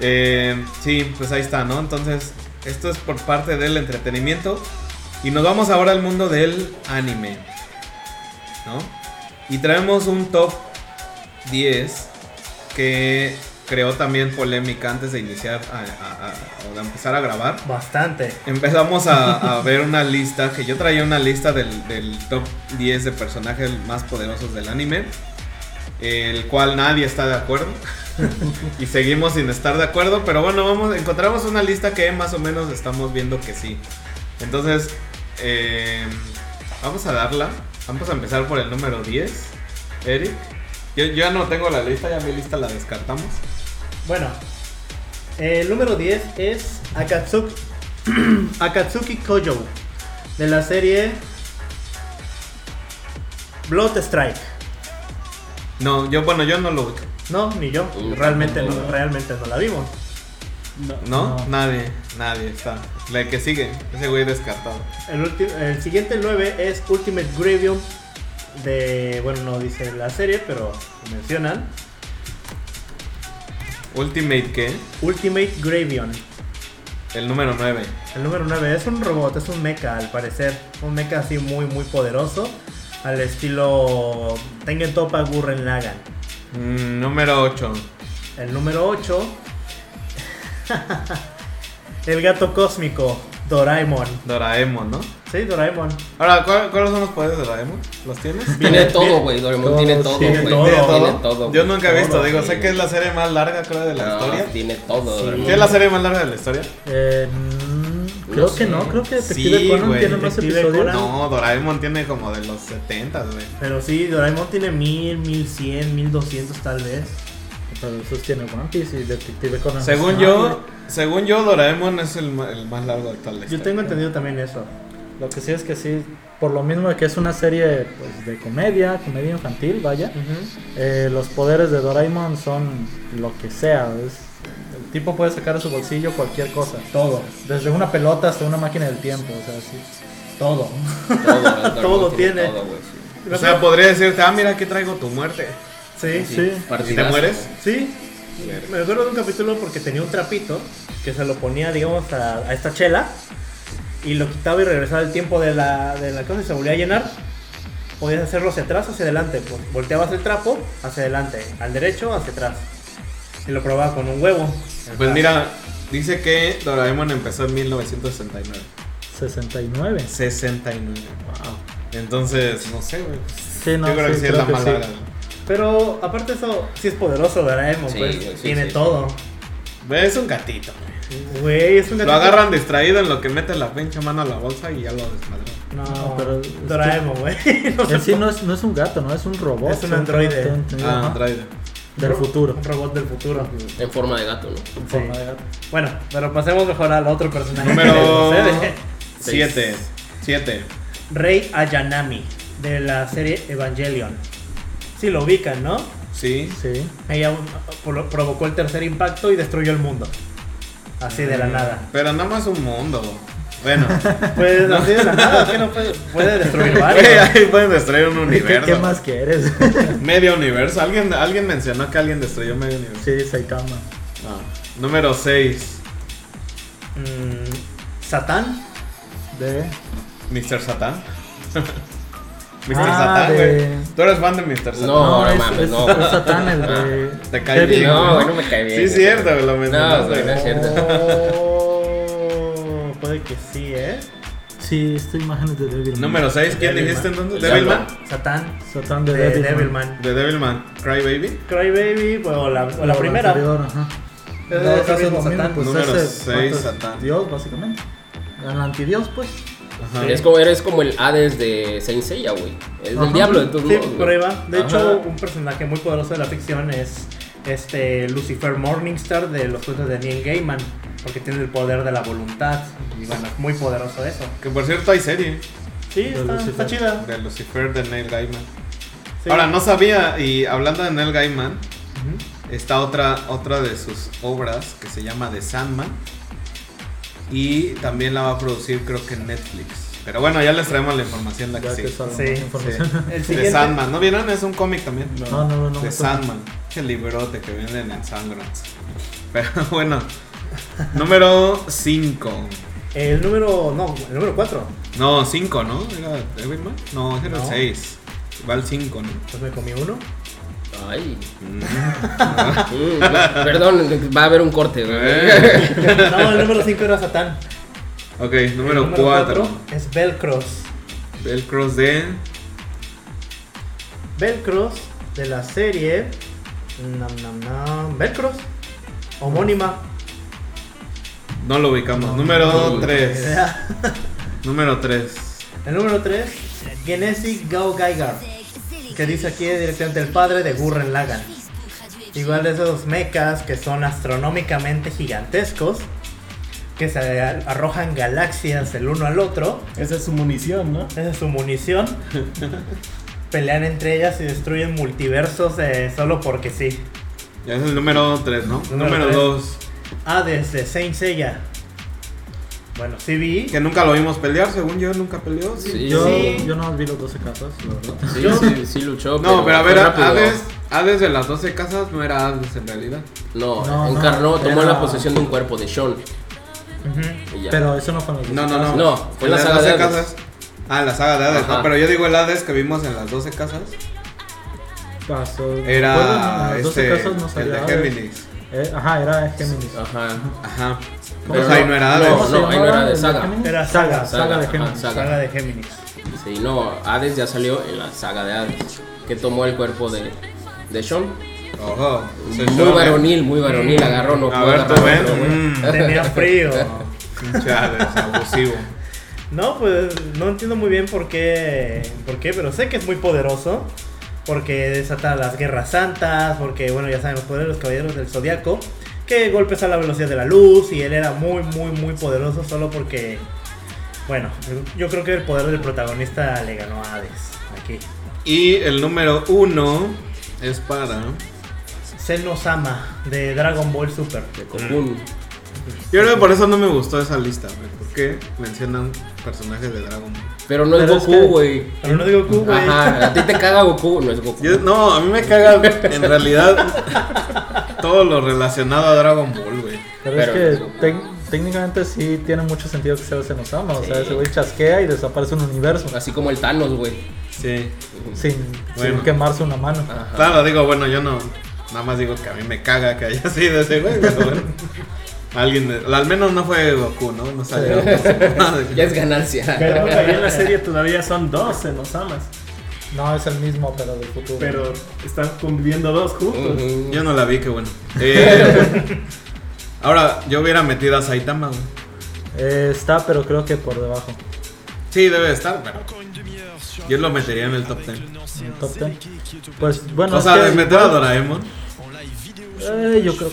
S2: Eh, sí, pues ahí está, ¿no? Entonces, esto es por parte del entretenimiento. Y nos vamos ahora al mundo del anime. ¿No? Y traemos un top 10 que creó también polémica antes de iniciar a- a- a- o de empezar a grabar.
S3: Bastante.
S2: Empezamos a, a ver una lista, que yo traía una lista del, del top 10 de personajes más poderosos del anime, el cual nadie está de acuerdo. y seguimos sin estar de acuerdo, pero bueno, vamos, encontramos una lista que más o menos estamos viendo que sí. Entonces, eh, vamos a darla. Vamos a empezar por el número 10, Eric. Yo, yo ya no tengo la lista, ya mi lista la descartamos.
S3: Bueno, el número 10 es Akatsuki, (clears throat) Akatsuki Kojo de la serie Blood Strike.
S2: No, yo, bueno, yo no lo ubico.
S3: No, ni yo.
S4: Mm.
S3: Realmente no, realmente no la vimos.
S6: No.
S2: ¿No?
S5: No.
S2: Nadie, nadie está. La que sigue, ese güey descartado.
S3: El, ulti- el siguiente 9 es Ultimate Graveyard de, bueno, no dice la serie, pero lo mencionan.
S2: Ultimate, ¿qué?
S3: Ultimate Graveyard.
S2: El número 9.
S3: El número 9 es un robot, es un mecha al parecer. Un mecha así muy, muy poderoso. Al estilo Tengen Topa Gurren Lagan.
S2: Mm, número 8.
S3: El número 8. (laughs) el gato cósmico, Doraemon.
S2: Doraemon, ¿no?
S3: Sí, Doraemon.
S2: Ahora, ¿cuál- ¿cuáles son los poderes de Doraemon? ¿Los tienes?
S4: Tiene todo, güey. Doraemon tiene todo, güey.
S3: tiene
S4: Tiene
S3: todo.
S4: todo. güey.
S2: Yo nunca he visto,
S4: Todo,
S2: digo,
S4: sí,
S2: sé que es la serie más larga, creo, de la
S4: No,
S2: historia.
S4: Tiene todo,
S2: (laughs)
S4: Doraemon.
S2: ¿Qué es la serie más larga de la historia?
S5: Eh, mm, creo
S4: No
S5: que
S4: sé.
S5: no, creo que
S2: Sí,
S5: Detective Conan
S2: güey.
S5: tiene más
S3: Detective
S5: episodios.
S3: Conan.
S2: No, Doraemon tiene como de los 70, güey.
S3: Pero sí, Doraemon tiene 1000, 1100, 1200 tal vez.
S5: Pero eso tiene One Piece y Detective Conan.
S2: Según
S5: Ah,
S2: yo, según yo, Doraemon es el, ma- el más largo de toda la
S3: Yo
S2: historia.
S3: tengo entendido también eso.
S5: Lo que sí es que sí, por lo mismo de que es una serie pues, de comedia, comedia infantil, vaya, eh, los poderes de Doraemon son lo que sea. es- el tipo puede sacar de su bolsillo cualquier cosa, todo. Desde una pelota hasta una máquina del tiempo, o sea, sí, (laughs) todo.
S4: Todo, el
S3: Todo
S4: dragón
S3: tiene.
S4: todo, güey, sí.
S2: O sea, podría decirte, ah, mira, aquí traigo tu muerte.
S3: Sí,
S5: Sí,
S2: ¿Y te
S4: Partidazo.
S2: mueres?
S3: sí. Me acuerdo de un capítulo porque tenía un trapito que se lo ponía, digamos, a, a esta chela y lo quitaba y regresaba el tiempo de la, de la cosa y se volvía a llenar. Podías hacerlo hacia atrás, hacia adelante. Pues, Volteabas el trapo hacia adelante, al derecho, hacia atrás. Y lo probaba con un huevo.
S2: Pues mira, dice que Doraemon empezó en 1969.
S5: 69.
S2: 69. Entonces, no sé, güey.
S5: Sí, no,
S2: yo creo
S5: sí,
S2: que sí es la más
S5: sí.
S2: larga.
S3: Pero aparte de eso, sí es poderoso Doraemon,
S4: Sí,
S3: pues.
S4: güey, sí,
S3: Tiene
S4: sí.
S3: todo.
S2: Ve, Es un gatito.
S3: Güey, es un
S2: Lo
S3: gatito-
S2: agarran distraído en lo que mete la pinche mano a la bolsa y ya lo desmadran.
S5: No,
S3: No,
S5: pero.
S3: Doraemon, (laughs) güey. No
S5: En
S3: sé
S5: sí
S3: cómo-
S5: no es, no es un gato, ¿no? Es un robot.
S3: Es un
S5: según tengo
S3: androide.
S5: entendido,
S2: Ah,
S5: ajá, (laughs)
S2: androide.
S5: Del futuro.
S3: Un robot del futuro.
S4: En forma de gato, ¿no?
S5: En forma de gato.
S3: Bueno, pero pasemos mejor al otro personaje.
S2: Número
S3: de la serie.
S2: 7. 7.
S3: (laughs) Rey Ayanami, de la serie Evangelion. Sí, lo ubican, ¿no?
S2: Sí.
S5: Sí.
S3: Ella un- pro- provocó el tercer impacto y destruyó el mundo. Así de la nada.
S2: Pero nada más un mundo.
S5: (laughs)
S2: Bueno.
S3: (laughs) Pues así de la nada, (laughs) ¿qué no puede, puede destruir
S2: (laughs) Güey,
S3: varios?
S2: ahí pueden destruir un
S5: ¿Qué- ¿Qué,
S2: universo.
S5: más (laughs) quieres?
S2: Medio universo. ¿Alguien, alguien mencionó que alguien destruyó medio universo.
S5: sí, Saitama.
S2: Ah. Número 6.
S3: Mm, Satán,
S5: De.
S2: Mr. (laughs) Satan. Mr.
S5: Ah,
S2: Satan,
S5: de-
S2: güey. Tú eres fan de Mr. Satan.
S4: No, no
S5: es,
S4: mames,
S5: es-
S4: no.
S5: es Satán el de.
S2: Te cae
S5: Devil
S2: bien.
S5: May
S4: No,
S5: Cry.
S4: güey, no me cae bien.
S2: Sí, es
S4: güey.
S2: cierto, lo
S4: No,
S2: mencionaste.
S4: güey, no es cierto.
S3: Oh, puede que sí, ¿eh?
S5: Sí, esta imagen es de Devilman.
S2: Número 6. ¿Quién
S3: Devilman.
S2: dijiste entonces?
S4: El
S2: Devilman.
S3: Satán
S5: Satán de,
S3: de
S5: Devilman.
S3: Devilman.
S2: De Devilman. Cry Baby.
S3: Cry Baby pues, o la, o la
S5: Lo
S3: primera.
S5: anterior, ajá.
S3: Es
S5: No,
S3: ese
S5: es
S3: mismo
S5: lo mismo,
S3: Satán.
S5: pues,
S2: Número
S5: ese,
S2: seis,
S5: ¿cuánto es?
S2: Satán.
S5: Dios, básicamente. El antidios, pues.
S2: Ajá.
S4: Es como, eres como el Hades de Saint Seiya, güey. Es
S5: Ajá.
S4: del diablo, de todos
S3: Sí,
S4: modos, güey.
S3: por ahí va. De
S4: Ajá.
S3: hecho, un personaje muy poderoso de la ficción es este Lucifer Morningstar de los cuentos de Neil Gaiman, porque tiene el poder de la voluntad. Y bueno, es muy poderoso eso.
S2: Que por cierto hay serie
S3: Sí,
S5: De
S3: está,
S5: Lucifer.
S3: está chida.
S2: de Lucifer de Neil Gaiman.
S3: Sí.
S2: Ahora no sabía y hablando de Neil Gaiman,
S3: Ujú.
S2: está otra otra de sus obras que se llama The Sandman y también la va a producir creo que Netflix. Pero bueno, ya les traemos la información la que
S5: Ya que
S2: sigue.
S5: salga más
S3: Sí,
S5: información.
S4: (laughs)
S2: Sí.
S3: El
S2: The
S3: siguiente.
S2: Sandman, ¿no vieron? Es un cómic también.
S5: No, no, no, no.
S2: The Sandman, qué librote que venden en Sangrons. Pero (laughs) bueno, número 5.
S3: El número. No, el número 4.
S2: No, 5, ¿no? ¿Era Devilman? No, era
S3: No.
S2: 6. Va el 5, ¿no?
S3: Entonces Pues me comí uno. (laughs)
S4: Ay. Mm, Perdón, va a haber un corte, güey.
S2: Eh.
S3: No, el número 5 era Satán.
S2: Ok,
S3: El
S2: número 4.
S3: cuatro Es Velcros.
S2: Velcros de.
S3: Velcros de la serie. Nam, nam, nam. Velcros. Homónima.
S2: No lo ubicamos. número
S4: no,
S2: 3. Número 3.
S3: El número 3, Genesi Gao Gaigar, que dice aquí directamente el padre de Gurren Lagan. Igual esos mechas que son astronómicamente gigantescos, que se arrojan galaxias el uno al otro,
S6: Esa es su munición, ¿no?
S3: esa es su munición, pelean entre ellas y destruyen multiversos eh, solo porque sí.
S2: Ya es el número 3, ¿no?
S3: Número
S2: Número
S3: tres.
S2: 2.
S3: Ah, desde Saint Seiya. Bueno, sí vi.
S2: Que nunca lo vimos pelear, según yo, nunca peleó. Sí.
S4: Sí,
S5: Yo,
S4: sí,
S5: yo no vi los 12 capas, la verdad.
S4: sí,
S3: yo-
S4: sí, sí luchó.
S2: No, pero a
S4: fue
S2: ver,
S4: rápido.
S2: Hades, Hades de las 12 casas no era Hades en realidad.
S4: No,
S5: No,
S4: encarnó,
S5: no,
S4: tomó
S5: era-
S4: la posesión de un cuerpo de Sean.
S3: Ujú.
S4: y ya.
S5: Pero eso no fue en los
S2: No,
S5: 12
S2: no, no.
S4: No, fue en la
S2: de
S4: saga de Hades.
S2: Ah, en la saga de Hades.
S4: Ajá.
S2: No, pero yo digo el Hades que vimos en las 12 casas.
S5: capas. Pasó. Fueron en
S2: Era
S5: las 12
S2: este,
S5: casas, no
S2: el
S5: sabía,
S2: de
S5: a ver.
S2: Géminis.
S5: Eh, ajá, era Géminis.
S4: Ajá.
S2: Ajá.
S5: ¿Cómo
S2: Pero
S5: se
S2: ahí
S5: llama?
S2: no era Hades.
S4: Ah, No,
S5: ¿Cómo
S4: no,
S5: se
S4: ahí no
S5: llamaba
S4: era de
S5: el
S4: saga.
S5: Géminis?
S3: Era
S5: saga,
S3: saga,
S5: saga de
S4: ajá,
S5: Géminis.
S4: saga.
S3: Saga de Géminis.
S4: Sí, no, Hades ya salió en la saga de Hades, que tomó el cuerpo de, de Sean.
S2: Ojo. se
S4: Muy
S2: show, eh.
S4: varonil, muy varonil,
S5: Mm.
S4: agarró, no
S2: A
S4: pudo
S2: ver, tú
S4: agarrar otro, güey.
S2: ven. Mm.
S3: Tenía frío.
S2: Pinche Hades, abusivo.
S3: No, pues no entiendo muy bien por qué, por qué, pero sé que es muy poderoso. porque desata las guerras santas, porque, bueno, ya saben, los poderes de los caballeros del zodiaco, que golpes a la velocidad de la luz, y él era muy, muy, muy poderoso solo porque, bueno, yo creo que el poder del protagonista le ganó a Hades aquí.
S2: Y el número uno es para.
S3: Sen no Sama de Dragon Ball Super.
S4: (laughs) de Cocoon.
S2: Yo creo que por eso no me gustó esa lista, güey, porque mencionan personajes de Dragon Ball.
S4: Pero no es
S5: Pero es que-
S4: Goku, güey.
S3: Pero no digo Goku, güey.
S4: Ajá, a ti te caga Goku, no es Goku.
S2: Yo- no, a mí me caga en realidad todo lo relacionado a Dragon Ball, güey.
S5: Pero,
S4: Pero-
S5: es que tec- técnicamente sí tiene mucho sentido que sea ese Nosama. O sea, ese güey chasquea y desaparece un universo
S4: Así como el Thanos, güey.
S2: Sí.
S5: sin,
S2: Bueno.
S5: sin quemarse una mano.
S4: Ajá.
S2: Claro, digo, bueno, yo no. Nada más digo que a mí me caga que haya sido ese güey, pero bueno. Alguien, de- al menos no fue Goku, ¿no? No salió.
S4: Ya es ganancia.
S6: Pero ahí en la serie todavía son dos en los amas.
S5: No es el mismo, pero del futuro.
S6: Pero están conviviendo dos juntos.
S4: (laughs) Ujú.
S2: Yo no la vi, qué bueno. Eh, ahora, yo hubiera metido a Saitama, güey.
S5: Eh, está, pero creo que por debajo.
S2: Sí, debe estar, pero. Yo lo metería en el top 10.
S5: en el top 10. Pues bueno,
S2: O
S5: es
S2: sea,
S5: que-
S2: de meter a Doraemon.
S5: Eh, yo creo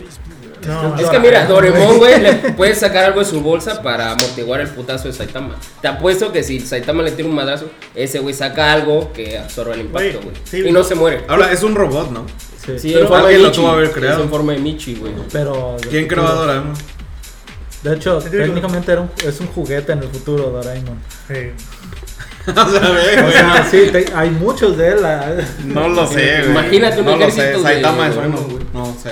S3: No,
S4: Es que
S5: eh,
S4: mira, Doremon, eh, güey, le puede sacar algo de su bolsa para amortiguar el putazo de Saitama. Te apuesto que si Saitama le tira un madrazo, ese güey saca algo que absorba el impacto,
S6: Güey,
S4: güey.
S6: sí.
S4: y no se muere.
S2: Ahora, es un robot, ¿no?
S5: Sí,
S4: Sí,
S2: Pero
S4: en forma de
S2: alguien lo
S4: Michi.
S2: tuvo que haber
S4: Es
S2: creado.
S4: en forma de Michi, güey.
S5: pero. del
S2: ¿Quién creó
S5: futuro.
S2: a Doraemon? (laughs)
S5: De hecho,
S3: Sí, digo-
S5: técnicamente era un- es un juguete en el futuro, Doraemon.
S3: Sí.
S2: o sea, ve,
S5: O
S2: güey.
S5: sea, sí, te- hay muchos de él. ah,
S2: No lo sé, güey.
S4: Imagínate un
S2: no lo sé.
S4: ejército de
S2: Saitama es
S4: Doraemon,
S2: bueno,
S4: güey.
S2: No sé.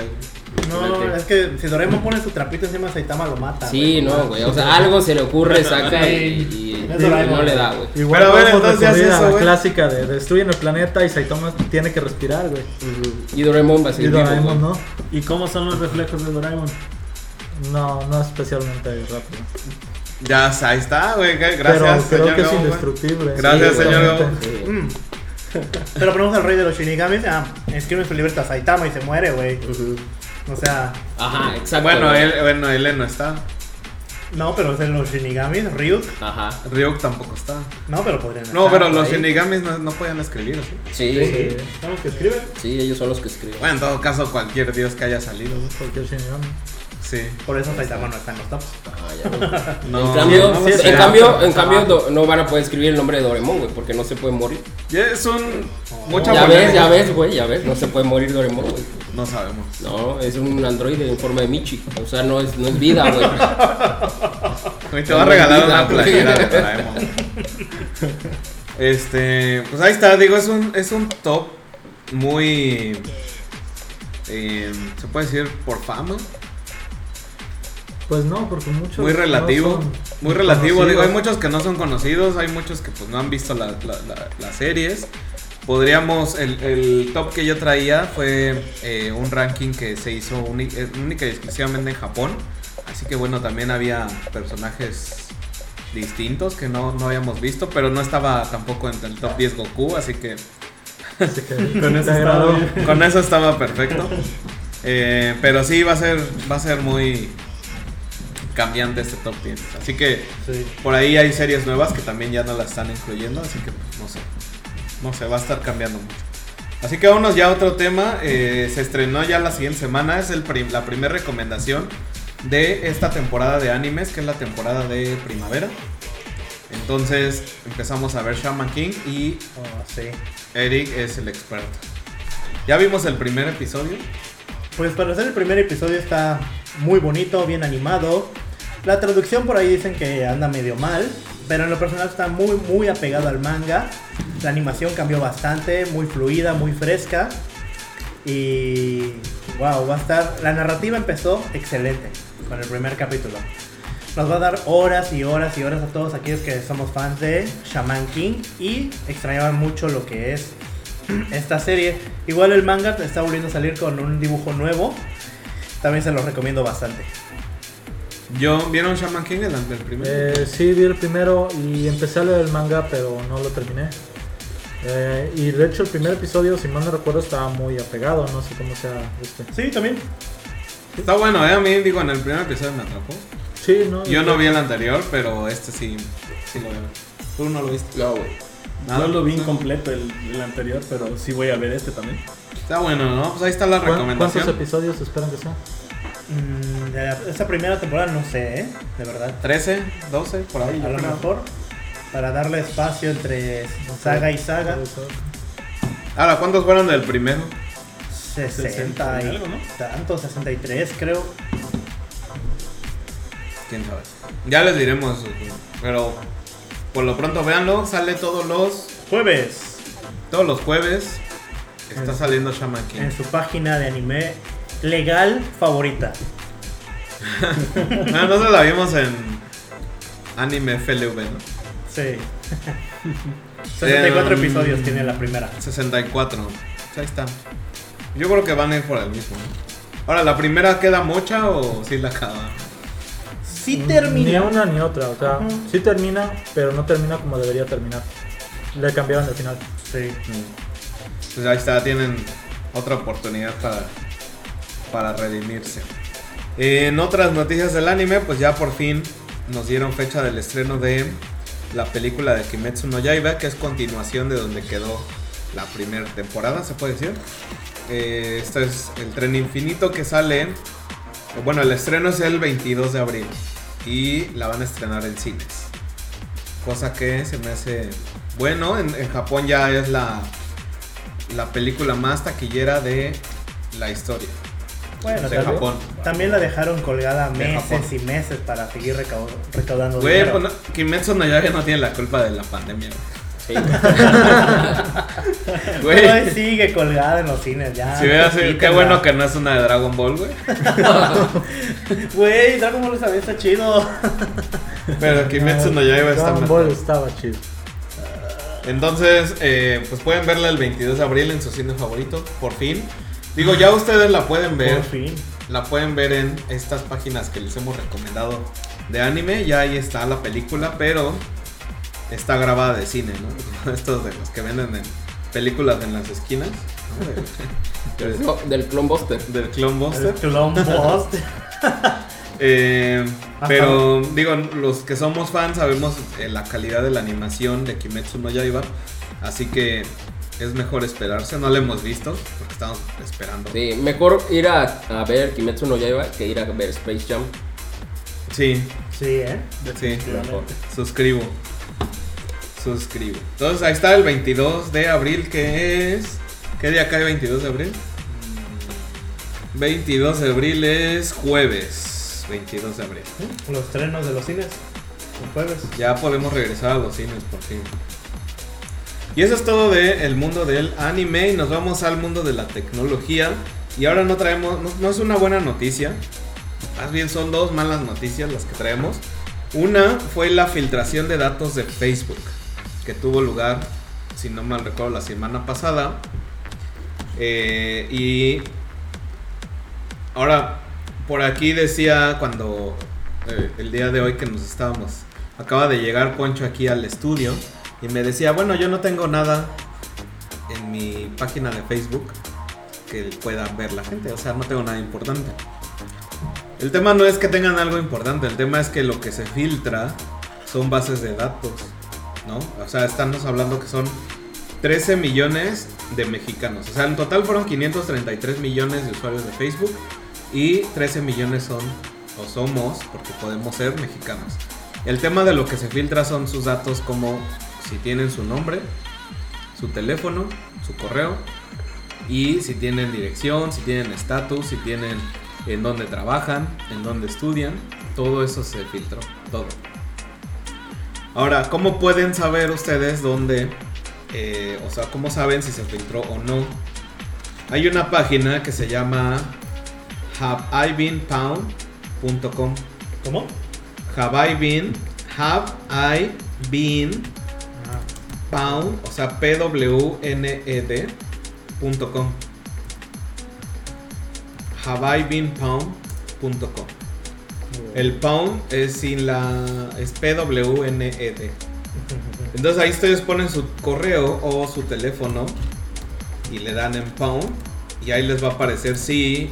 S3: No, es que si Doraemon pone su trapito encima de Saitama lo mata.
S4: Sí, no, güey. O sea, algo se le ocurre, saca y, y-
S3: Es
S4: y
S3: Doraemon.
S4: no le da, güey.
S5: Igual
S2: Pero a ver,
S5: podemos
S2: entonces, ¿hace
S5: recurrir a
S2: eso,
S5: la
S2: güey?
S5: clásica de destruyen el planeta y Saitama tiene que respirar, güey.
S4: Y Doremon va a
S5: Y
S4: seguir. vivo, güey.
S5: Doraemon no.
S6: ¿Y cómo son los reflejos de Doraemon?
S5: No, no especialmente rápido.
S2: Ya, ahí está, güey. Gracias,
S5: pero
S2: señor
S5: creo que es
S2: Gabo, güey.
S5: indestructible.
S2: Gracias,
S4: Sí,
S2: señor
S5: exactamente.
S2: Gabo.
S4: Sí.
S3: Mm. Pero ponemos al rey de los shinigamis, ah, escribe su libertad a Saitama y se muere, güey. O sea,
S4: Ajá, exacto.
S2: Bueno,
S4: güey.
S2: él, bueno, él no está.
S3: no, pero es de los shinigamis, Ryuk,
S4: Ajá.
S2: Ryuk tampoco está.
S3: no, pero podrían
S2: No,
S3: estar.
S2: pero los
S4: ahí.
S2: shinigamis no, no podían escribir. ¿o sí?
S4: Sí,
S3: Sí, son los que escriben.
S4: sí, ellos son los que escriben.
S2: Bueno, en todo caso, cualquier dios que haya salido. güey.
S5: Cualquier Shinigami.
S2: Sí.
S3: Por eso Saitama no está en los tops.
S4: Ah, ya, güey.
S2: No,
S4: en cambio,
S2: no lo
S4: en
S2: sé.
S4: cambio, en cambio do- no van a poder escribir el nombre de Doremon, güey, porque no se puede morir.
S2: Ya es un. Mucha
S4: Ya
S2: polémica.
S4: ves, ya ves, güey, ya ves, no se puede morir Doremon, güey.
S2: No sabemos.
S4: No, es un androide en forma de Michi. O sea, no es, no es vida,
S2: (laughs)
S4: güey.
S2: Güey, te va a regalar una playera de Doraemon. Este, pues ahí está, digo, es un, es un top muy. eh, Se puede decir por fama,
S5: Pues no, porque muchos.
S2: muy
S5: no
S2: relativo.
S5: son
S2: muy relativo, digo,
S5: conocidos.
S2: hay muchos que no son conocidos, hay muchos que pues no han visto la- la- la- las series. Podríamos, el, el top que yo traía fue eh, un ranking que se hizo uni- eh, única y exclusivamente en Japón. Así que bueno, también había personajes distintos que no, no habíamos visto, pero no estaba tampoco en el top 10 Goku, así que (laughs)
S5: Así que
S6: Con eso estaba
S5: te agradó.
S6: bien.
S2: con eso estaba perfecto. Eh, pero sí, va a ser, va a ser muy cambiante este top 10. Así que
S3: Sí.
S2: por ahí hay series nuevas que también ya no las están incluyendo, así que pues, no sé. No sé, va a estar cambiando mucho. Así que vámonos ya a otro tema. eh, se estrenó ya la siguiente semana. Es el prim- la primera recomendación de esta temporada de animes, que es la temporada de primavera. Entonces empezamos a ver Shaman King y
S3: Oh, sí.
S2: Eric es el experto. Ya vimos el primer episodio.
S3: Pues para hacer el primer episodio está muy bonito, bien animado. La traducción por ahí dicen que anda medio mal, pero en lo personal está muy muy apegado al manga. La animación cambió bastante, muy fluida, muy fresca. Y wow, va a estar. La narrativa empezó excelente con el primer capítulo. Nos va a dar horas y horas y horas a todos aquellos que somos fans de Shaman King y extrañaban mucho lo que es esta serie. Igual el manga te está volviendo a salir con un dibujo nuevo. También se los recomiendo bastante.
S2: Yo, ¿Vieron Shaman King el, el primero?
S5: Eh, sí, vi el primero y empecé a leer el manga, pero no lo terminé. Eh, y de hecho, el primer episodio, si mal no recuerdo, estaba muy apegado. No sé cómo sea este.
S3: Sí, también.
S2: Está bueno, ¿eh? A mí, digo, en el primer episodio me atrapó.
S5: Sí, no.
S2: Yo no vi el anterior, pero este sí, sí lo veo. Tú no lo viste.
S4: No, güey.
S2: Ah,
S6: Yo lo vi
S2: sí.
S6: incompleto el, el anterior, pero sí voy a ver este también.
S2: Está bueno, ¿no? Pues ahí está la
S5: ¿Cuán- ¿Cuántos
S2: recomendación.
S5: episodios esperan que sean?
S3: Mm, de la- esta primera temporada no sé, ¿eh? de verdad.
S2: 13, 12, por ahí.
S3: A
S2: yo
S3: lo
S2: creo.
S3: mejor para darle espacio entre saga y saga,
S2: Ahora, ¿cuántos fueron del primero?
S3: 60
S6: y
S3: y
S6: algo, ¿no?
S3: tanto, 63 creo.
S2: Quién sabe. Ya les diremos. Pero por lo pronto, véanlo. Sale todos los,
S3: Jueves
S2: todos los jueves. Está
S3: En-
S2: saliendo Shaman King.
S3: en su página de anime legal favorita.
S2: Ah, nosotros la vimos en Anime FLV, ¿no? (laughs)
S3: Sí. 64
S2: Em,
S3: episodios tiene la primera.
S2: 64. Pues ahí está. Yo creo que van a ir por el mismo. ¿no? Ahora, ¿la primera queda mocha o sí la acaba?
S3: Sí
S5: Ni
S3: termina.
S5: una ni otra, o sea,
S3: Ajá.
S5: sí termina, pero no termina como debería terminar. Le cambiaron el final.
S3: Sí.
S2: Pues ahí está, tienen otra oportunidad para, para redimirse. En otras noticias del anime, pues ya por fin nos dieron fecha del estreno de la película de Kimetsu no Yaiba, que es continuación de donde quedó la primera temporada, se puede decir. Eh, este es el tren infinito que sale. Bueno, el estreno es el 22 de abril y la van a estrenar en cines. Cosa que se me hace bueno. En, en Japón ya es la, la película más taquillera de la historia.
S3: Bueno,
S2: de
S3: tal vez.
S2: Japón.
S3: También la dejaron colgada
S2: De
S3: meses
S2: Japón.
S3: y meses para seguir recau- recaudando
S2: Güey,
S3: dinero.
S2: pues no- Kimetsu no Yaiba no tiene la culpa de la pandemia.
S4: Sí.
S2: Güey,
S3: Todavía sigue colgada en los cines ya.
S2: si veas, eh, qué
S3: Quítenla.
S2: bueno que no es una de Dragon Ball, güey.
S3: Güey, Dragon Ball sabía está chido.
S2: Pero Kimetsu no Yaiba está
S5: Dragon
S2: mal.
S5: Ball estaba chido.
S2: Entonces, eh, pues pueden verla el 22 de abril en su cine favorito, por fin. Digo, ya ustedes la pueden ver.
S3: Por fin.
S2: La pueden ver en estas páginas que les hemos recomendado de anime. Ya ahí está la película, pero está grabada de cine, ¿no? (laughs) Estos de los que venden en películas en las esquinas. ¿no? De-
S4: No, del Clone Buster.
S2: del Clone Buster.
S3: El Clone Post.
S2: (laughs) Eh,
S3: Ajá.
S2: pero digo, los que somos fans sabemos eh, la calidad de la animación de Kimetsu no Yaiba, así que es mejor esperarse. No la hemos visto porque estamos esperando.
S4: Sí, mejor ir a, a ver Kimetsu no Yaiba que ir a ver Space Jam.
S2: Sí,
S3: Sí, ¿eh?
S2: sí, mejor.
S3: Definitivamente.
S2: Suscribo. Suscribo. Entonces ahí está el 22 de abril que es... ¿Qué día cae 22 de abril?
S3: Mm.
S2: 22 de abril es jueves. 22 de abril.
S3: Los trenos de los cines. Los jueves.
S2: Ya podemos regresar a los cines por fin. Y eso es todo del mundo del anime y nos vamos al mundo de la tecnología. Y ahora no traemos, no, no es una buena noticia, más bien son dos malas noticias las que traemos. Una fue la filtración de datos de Facebook, que tuvo lugar, si no mal recuerdo, la semana pasada. Eh, y ahora, por aquí decía cuando eh, el día de hoy que nos estábamos, acaba de llegar Poncho aquí al estudio y me decía, bueno, yo no tengo nada en mi página de Facebook que pueda ver la gente, o sea, no tengo nada importante. El tema no es que tengan algo importante, el tema es que lo que se filtra son bases de datos, ¿no? O sea, estamos hablando que son 13 millones de mexicanos. O sea, en total fueron 533 millones de usuarios de Facebook y 13 millones son o somos, porque podemos ser mexicanos. El tema de lo que se filtra son sus datos como si tienen su nombre, su teléfono, su correo y si tienen dirección, si tienen estatus, si tienen en dónde trabajan, en dónde estudian, todo eso se filtró, todo. Ahora, ¿cómo pueden saber ustedes dónde, eh, o sea, cómo saben si se filtró o no? Hay una página que se llama haveibeenpound.com.
S3: ¿Cómo?
S2: Have I been, have I been Pound, o sea, P-W-N-E-D, E punto com. Have I been pound, punto com. El pound es sin la. es P-W-N-E-D. E Entonces ahí ustedes ponen su correo o su teléfono y le dan en pound y ahí les va a aparecer si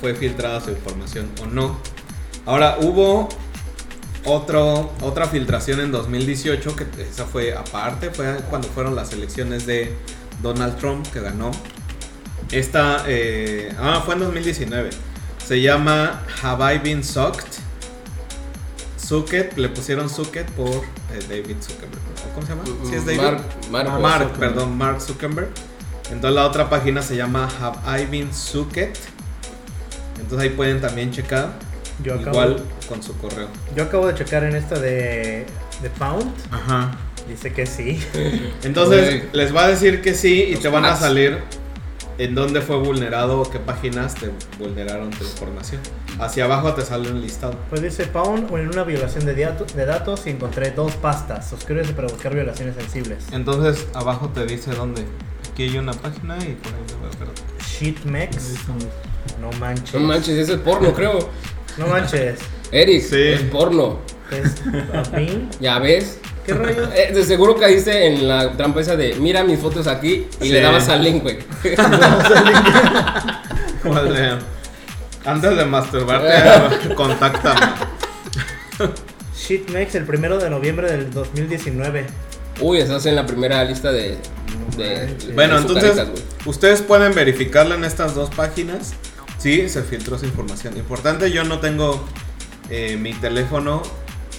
S2: fue filtrada su información o no. Ahora hubo Otro, otra filtración en 2018, que esa fue aparte, fue cuando fueron las elecciones de Donald Trump, que ganó. Esta, eh, ah, fue en 2019. Se llama Have I Been Sucked? Zucket, le pusieron Zucket por eh, David Zuckerberg. ¿O ¿Cómo se llama? ¿Sí es David?
S4: Mm, Mark- Mark
S2: Ah,
S4: o
S2: Mark,
S4: Zuckerberg.
S2: perdón, Mark Zuckerberg. Entonces la otra página se llama Have I Been Zucket. Entonces ahí pueden también checar.
S3: Yo acabo-
S2: igual con su correo.
S3: Yo acabo de checar en esta de, de Pound.
S2: Ajá.
S3: Dice que sí.
S2: Entonces
S4: Güey.
S2: les va a decir que sí y
S4: Los
S2: te van
S4: hacks.
S2: a salir en dónde fue vulnerado o qué páginas te vulneraron tu información. Hacia abajo te sale un listado.
S3: Pues dice Pound, en una violación de, diato- de datos encontré dos pastas. Suscríbete para buscar violaciones sensibles.
S2: Entonces abajo te dice dónde. Aquí hay una página y por ahí te va a estar.
S3: Shitmex. No manches.
S4: No manches, ese es porno, creo.
S3: No manches.
S4: Eric,
S2: Sí.
S4: es porno.
S3: Es a mí.
S4: Ya ves.
S3: ¿Qué rayos?
S4: Eh, de seguro caíste en la trampa esa de mira mis fotos aquí y
S2: Sí.
S4: le dabas al
S2: (laughs)
S4: link, güey.
S2: Vale. Antes de (laughs) masturbarte, contáctame.
S3: Shitmex el primero de noviembre del 2019.
S4: Uy, estás en la primera lista de. de- de
S2: Bueno, entonces
S4: azucaritas, güey.
S2: ustedes pueden verificarla en estas dos páginas. Sí, se filtró esa información. Importante, yo no tengo eh, mi teléfono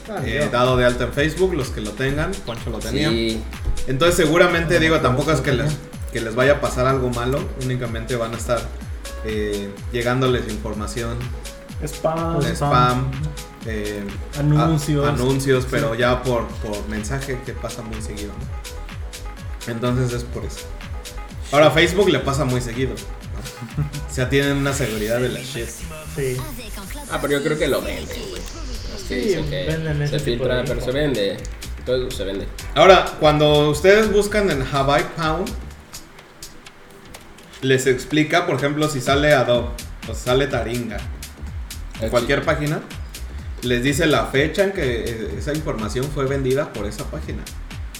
S3: Ah,
S2: eh,
S3: yo.
S2: dado de alta en Facebook. Los que lo tengan, Poncho lo tenía.
S4: Sí.
S2: Entonces seguramente, digo, tampoco es que les, que les vaya a pasar algo malo. Únicamente van a estar eh, llegándoles información
S6: Spam.
S2: de spam, eh,
S6: Anuncios.
S2: a- anuncios, pero ya por, por mensaje que pasa muy seguido. ¿no? Entonces es por eso. Ahora a Facebook le pasa muy seguido. ¿no? O sea, tienen una seguridad de la shit.
S3: Sí.
S4: Ah, pero yo creo que lo venden, güey. Así dicen que
S3: venden ese
S4: se
S3: tipo
S4: filtra,
S3: de
S4: pero
S3: info.
S4: se vende. Todo se vende.
S2: Ahora, cuando ustedes buscan en Hawaii Pound, les explica, por ejemplo, si sale Adobe o si sale Taringa, o cualquier página, les dice la fecha en que eh, esa información fue vendida por esa página.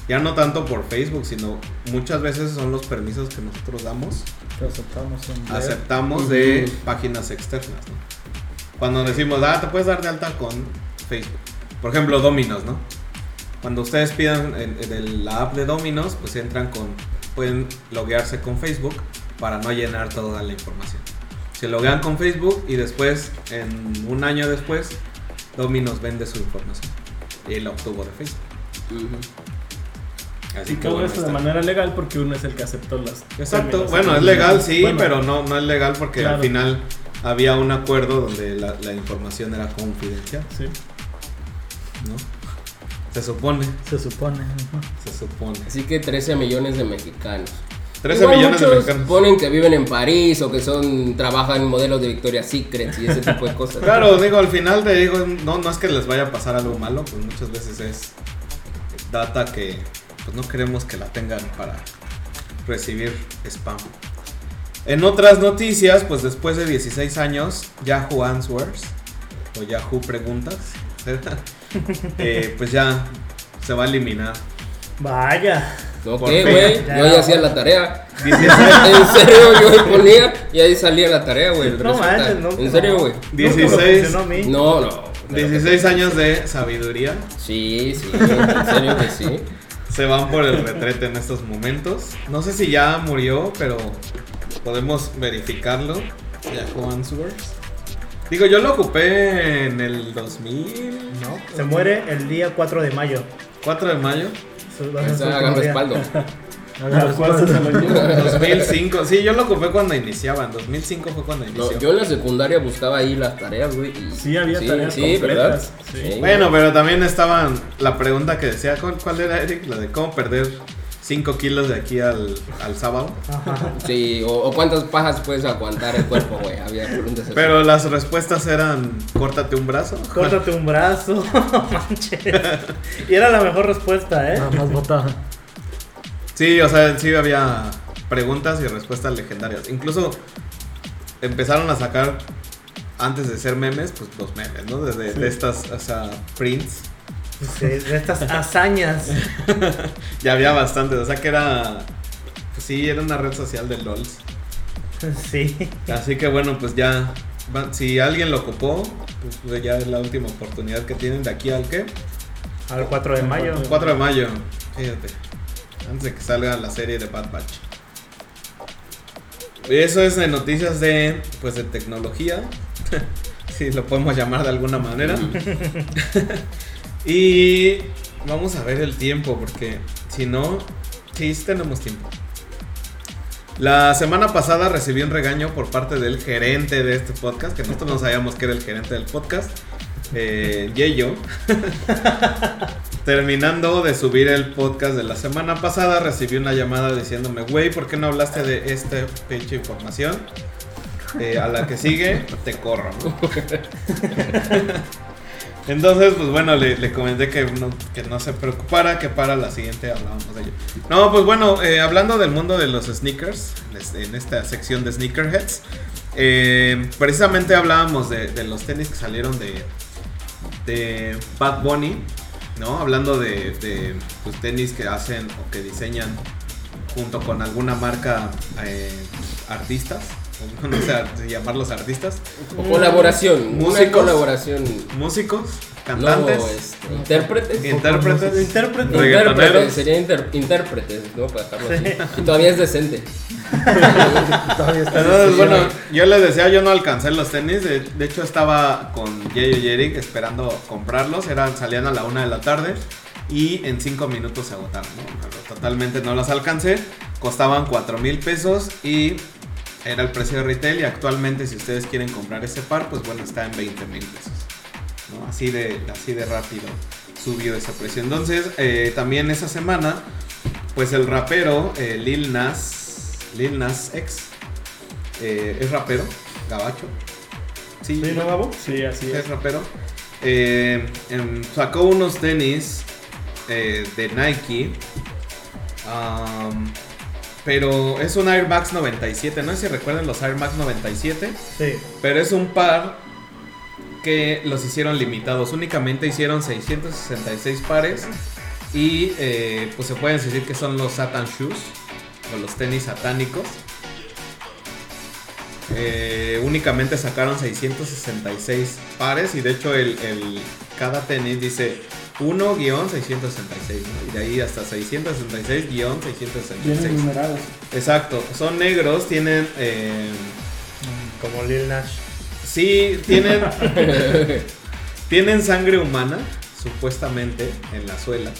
S2: Ya no tanto por Facebook, sino muchas veces son los permisos que nosotros damos,
S5: Que aceptamos en red.
S2: aceptamos de páginas externas. ¿no? Cuando decimos, ah, te puedes dar de alta con Facebook. Por ejemplo, Dominos, ¿no? Cuando ustedes pidan en- en el- la app de Dominos, pues entran con, pueden loguearse con Facebook para no llenar toda la información. Se loguean con Facebook y después, en un año después, Dominos vende su información y la obtuvo de Facebook.
S4: Ujú.
S2: Así
S6: Y todo
S2: bueno,
S6: esto de
S2: está.
S6: manera legal porque uno es el que aceptó las.
S2: Exacto,
S6: términos y
S2: bueno, es
S6: condiciones.
S2: legal, sí,
S6: Bueno,
S2: pero no, no es legal porque
S6: Claro.
S2: al final había un acuerdo donde la, la información era confidencial,
S6: Sí.
S2: ¿no? Se supone,
S5: Se supone. ¿no?
S2: se supone.
S4: Así que 13 millones de mexicanos.
S2: 13
S4: Igual
S2: millones de
S4: muchos
S2: mexicanos.
S4: Ponen que viven en París o que son trabajan en modelos de Victoria's Secret y ese tipo de cosas.
S2: Claro, digo, al final te digo, no, no es que les vaya a pasar algo malo, pues muchas veces es data que pues no queremos que la tengan para recibir spam. En otras noticias, pues después de 16 años, Yahoo Answers o Yahoo Preguntas, (laughs) eh, pues ya se va a eliminar.
S3: Vaya.
S4: Ok,
S2: Por fin.
S4: güey.
S3: Ya.
S4: Yo ya hacía la tarea. (laughs)
S2: 16,
S4: En serio, yo le ponía y ahí salía la tarea, güey. el
S3: No
S4: resultado.
S3: manches, no.
S4: En serio, güey.
S3: Nunca me
S2: 16.
S3: funcionó a mí.
S4: No, no. pero-
S2: 16 años de sabiduría
S4: Sí, sí, en serio que
S3: (laughs)
S4: sí.
S2: se van por el retrete en estos momentos. No sé si ya murió, pero podemos verificarlo. Yahoo Answers. Digo, yo lo ocupé en el 2000, ¿no?
S3: Se muere el día 4 de mayo.
S2: 4 de mayo.
S3: Su- va a ser su
S4: Esa hagan
S3: último día.
S4: respaldo.
S3: (laughs)
S4: (laughs)
S6: La fuerza se (laughs) lo lleva.
S2: 2005. Sí, yo lo ocupé cuando iniciaba. En 2005 fue cuando
S4: No,
S2: inició.
S4: yo en la secundaria buscaba ahí las tareas, güey. y-
S6: Sí, había tareas
S4: Sí, ¿verdad?
S6: completas, sí.
S2: Bueno, pero también estaban la pregunta que decía, ¿cuál, cuál era Eric? La de cómo perder 5 kilos de aquí al, al sábado.
S3: Ajá.
S4: Sí, o, o cuántas pajas puedes aguantar el cuerpo, güey. Había preguntas así.
S2: Pero las respuestas eran, córtate un brazo.
S3: Córtate un brazo. (laughs) manches. Y era la mejor respuesta, ¿eh?
S5: Nada más vota.
S2: Sí, o sea, sí había preguntas y respuestas legendarias. Incluso empezaron a sacar, antes de ser memes, pues los memes, ¿no? Desde de estas, o sea, prints.
S3: Sí, de estas hazañas.
S2: Ya había bastantes, o sea que era... Pues sí, era una red social de LOLs.
S3: Sí.
S2: Así que bueno, pues ya va- si alguien lo ocupó, pues, pues, ya es la última oportunidad que tienen de aquí al qué?
S3: Al 4 de mayo.
S2: 4 de mayo, fíjate. Antes de que salga la serie de Bad Batch. Y Eso es de noticias de pues de tecnología. (laughs) si lo podemos llamar de alguna manera. (laughs) y vamos a ver el tiempo porque si no sí sí tenemos tiempo. La semana pasada recibí un regaño por parte del gerente de este podcast, que nosotros no sabíamos que era el gerente del podcast, eh, Yeyo. Terminando de subir el podcast de la semana pasada, recibí una llamada diciéndome, güey, ¿por qué no hablaste de esta pinche información? Eh, a la que sigue, te corro. ¿no?". (laughs) Entonces, pues bueno, le, le comenté que no, que no se preocupara, que para la siguiente hablábamos de ello. No, pues bueno, eh, hablando del mundo de los sneakers, les- en esta sección de sneakerheads, eh, precisamente hablábamos de, de los tenis que salieron de, de Bad Bunny, ¿no? Hablando de, de pues, tenis que hacen o que diseñan junto con alguna marca eh, artistas, o (laughs) no sé ar- llamarlos artistas,
S4: O colaboración, una
S2: Músicos.
S4: colaboración.
S2: músicos, cantantes.
S4: No, este, intérpretes.
S2: Intérpretes.
S3: Intérpretes.
S4: Intérpretes,
S2: Reggaetoneros.
S4: sería inter- intérpretes, ¿no? Para dejarlo así. Y todavía es decente.
S5: Todavía está (laughs)
S2: Entonces,
S5: así,
S2: bueno,
S5: güey.
S2: yo les decía, yo no alcancé los tenis. De, de hecho, estaba con Yayo y Eric esperando comprarlos. Eran, salían a la una de la tarde y en cinco minutos se agotaron. ¿no? Pero Totalmente no los alcancé. Costaban cuatro mil pesos y era el precio de retail. Y actualmente, si ustedes quieren comprar ese par, pues bueno, está en 20 mil pesos. ¿no? Así, de, así de rápido subió ese precio. Entonces, eh, también esa semana, pues el rapero eh, Lil Nas, Lil Nas X, eh, es rapero, gabacho. Sí,
S6: ¿Sí, no, Gabo? Sí, así es.
S2: es rapero. Eh, em, sacó unos tenis eh, de Nike. am, pero es un Air Max 97. No sé si recuerdan los Air Max 97.
S3: Sí.
S2: Pero es un par que los hicieron limitados. Únicamente hicieron 666 pares. Y eh, pues se pueden decir que son los Satan Shoes. O los tenis satánicos. Eh, únicamente sacaron 666 pares. Y de hecho el, el- cada tenis dice 1-666. ¿no? Y de ahí hasta 666-666.
S7: Vienen numerados.
S2: Exacto. Son negros. Tienen... eh,
S3: Como Lil Nash.
S2: Sí, tienen. tienen sangre humana, supuestamente, en la suela.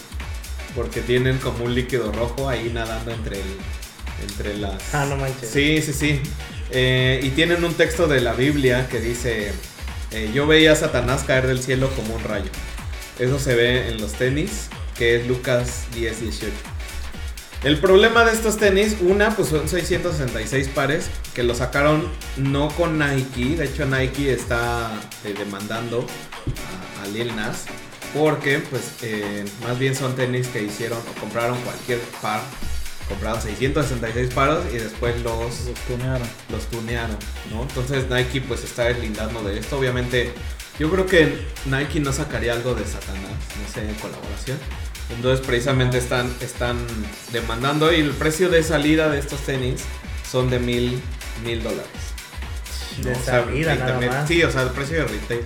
S2: Porque tienen como un líquido rojo ahí nadando entre el. Entre las.
S3: Ah, no manches.
S2: Sí, sí, sí. Eh, y tienen un texto de la Biblia que dice: eh, Yo veía a Satanás caer del cielo como un rayo. Eso se ve en los tenis, que es Lucas 10, 18. El problema de estos tenis, una, pues son 666 pares que lo sacaron no con Nike. De hecho, Nike está eh, demandando a, a Lil Nas porque, pues, eh, más bien son tenis que hicieron o compraron cualquier par. Compraron 666 paros y después los
S5: Los tunearon.
S2: los tunearon, ¿no? Entonces Nike pues está deslindando de esto. Obviamente, yo creo que Nike no sacaría algo de Satanás, no sé, en colaboración. Entonces precisamente están, están demandando y el precio de salida de estos tenis son de mil, mil dólares.
S3: De
S2: ¿no? O sea,
S3: salida nada
S2: retail.
S3: más.
S2: Sí, o sea, el precio de retail.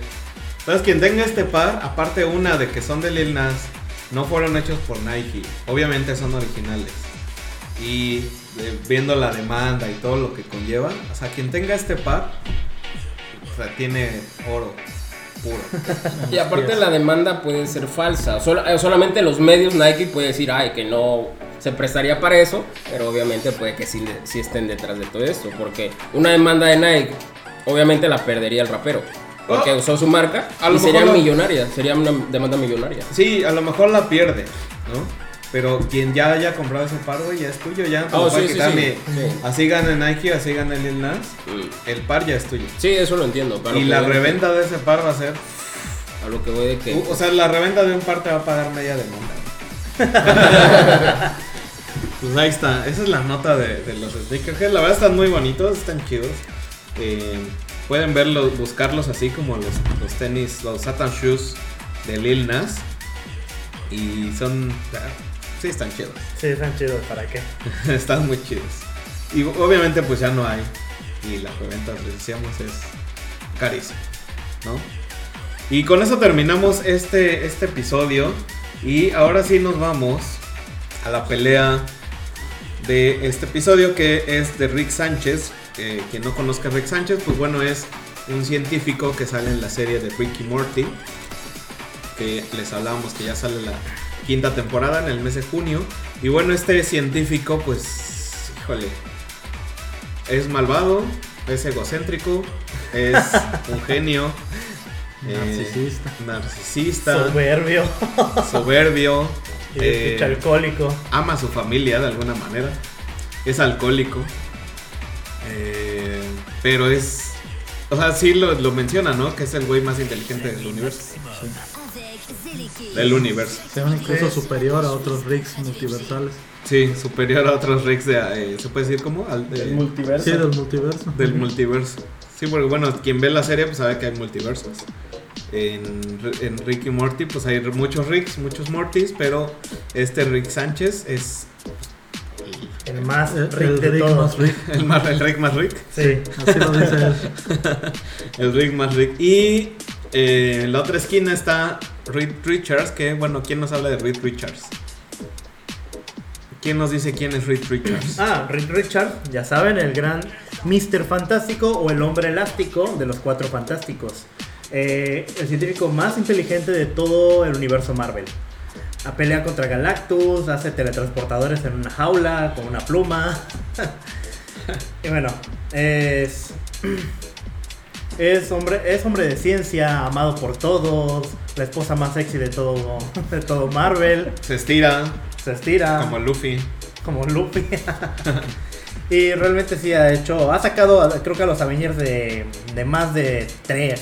S2: Entonces quien tenga este par, aparte una de que son de Lil Nas, no fueron hechos por Nike. Obviamente son originales. Y eh, viendo la demanda y todo lo que conlleva, o sea, quien tenga este par, o sea, tiene oro puro.
S4: Y aparte la demanda puede ser falsa. Sol- eh, solamente los medios Nike puede decir, ay, que no se prestaría para eso, pero obviamente puede que sí, le- sí estén detrás de todo esto, porque una demanda de Nike, obviamente la perdería el rapero, porque
S2: Oh.
S4: usó su marca
S2: A
S4: y
S2: lo
S4: sería
S2: mejor no.
S4: millonaria, sería una demanda millonaria.
S2: Sí, a lo mejor la pierde, ¿no? Pero quien ya haya comprado ese par, güey, ya es tuyo, ya no te lo
S4: Oh,
S2: puede
S4: sí, sí,
S2: quitar
S4: sí.
S2: ni-
S4: Sí.
S2: Así gana Nike, así gana Lil Nas,
S4: Mm.
S2: el par ya es tuyo.
S4: Sí, eso lo entiendo. pero
S2: y
S4: que
S2: la
S4: voy de-
S2: reventa de ese par va a ser
S4: A lo que voy de que...
S2: Uh, O sea, la reventa de un par te va a pagar media demanda. pues ahí está. Esa es la nota de, de los sneakerheads. La verdad están muy bonitos, están chidos. Eh, pueden verlos, buscarlos así como los, los tenis, los Satan Shoes de Lil Nas. Y son... ah, Sí, están chidos.
S3: Sí, están chidos. ¿Para qué?
S2: (laughs) están muy chidos. Y obviamente pues ya no hay. Y la reventa, les decíamos, es carísimo, ¿no? Y con eso terminamos este, este episodio y ahora sí nos vamos a la pelea de este episodio que es de Rick Sánchez. Eh, quien no conozca a Rick Sánchez, pues bueno, es un científico que sale en la serie de Ricky Morty, que les hablábamos que ya sale la quinta temporada en el mes de junio. Y bueno, este científico, pues, híjole, es malvado, es egocéntrico, es un genio. eh,
S5: Narcisista.
S2: narcisista,
S6: Soberbio.
S2: soberbio,
S3: Este,
S2: eh,
S6: pinche alcohólico.
S2: ama a su familia de alguna manera. Es alcohólico. Eh, pero es. O sea, sí lo, lo menciona, ¿no? Que es el güey más inteligente del universo. Del universo.
S5: Se ven incluso superior a otros Ricks multiversales.
S2: Sí, superior a otros Ricks de. eh, ¿Se puede decir cómo? Al, de-
S6: El multiverso.
S5: Sí, del multiverso.
S2: del multiverso. Sí, porque bueno, quien ve la serie pues sabe que hay multiversos. En, Re- en Rick y Morty pues hay muchos Ricks, muchos Mortys, pero este Rick Sánchez es
S6: El más
S5: El,
S6: rico
S5: Eh, el
S6: de
S5: Rick
S6: todos.
S5: más Rick.
S2: el, más, el Rick más Rick.
S5: Sí, así lo dice
S3: (laughs)
S5: él.
S2: El Rick más Rick. Y eh, en la otra esquina está Reed Richards, que bueno, ¿quién nos habla de Reed Richards? ¿Quién nos dice quién es Reed Richards?
S3: Ah, Rick Richard, ya saben, el gran Mr. Fantástico o el hombre elástico de los cuatro fantásticos. Eh, el científico más inteligente de todo el universo Marvel. A pelea contra Galactus, hace teletransportadores en una jaula con una pluma. (laughs) y bueno, es. (clears throat) Es hombre, es hombre de ciencia, amado por todos, la esposa más sexy de todo, (laughs) de todo Marvel,
S2: Se estira
S3: se estira
S2: como Luffy.
S3: como Luffy. (laughs) y realmente sí ha hecho, ha sacado a- creo que a los Avengers de, de más de tres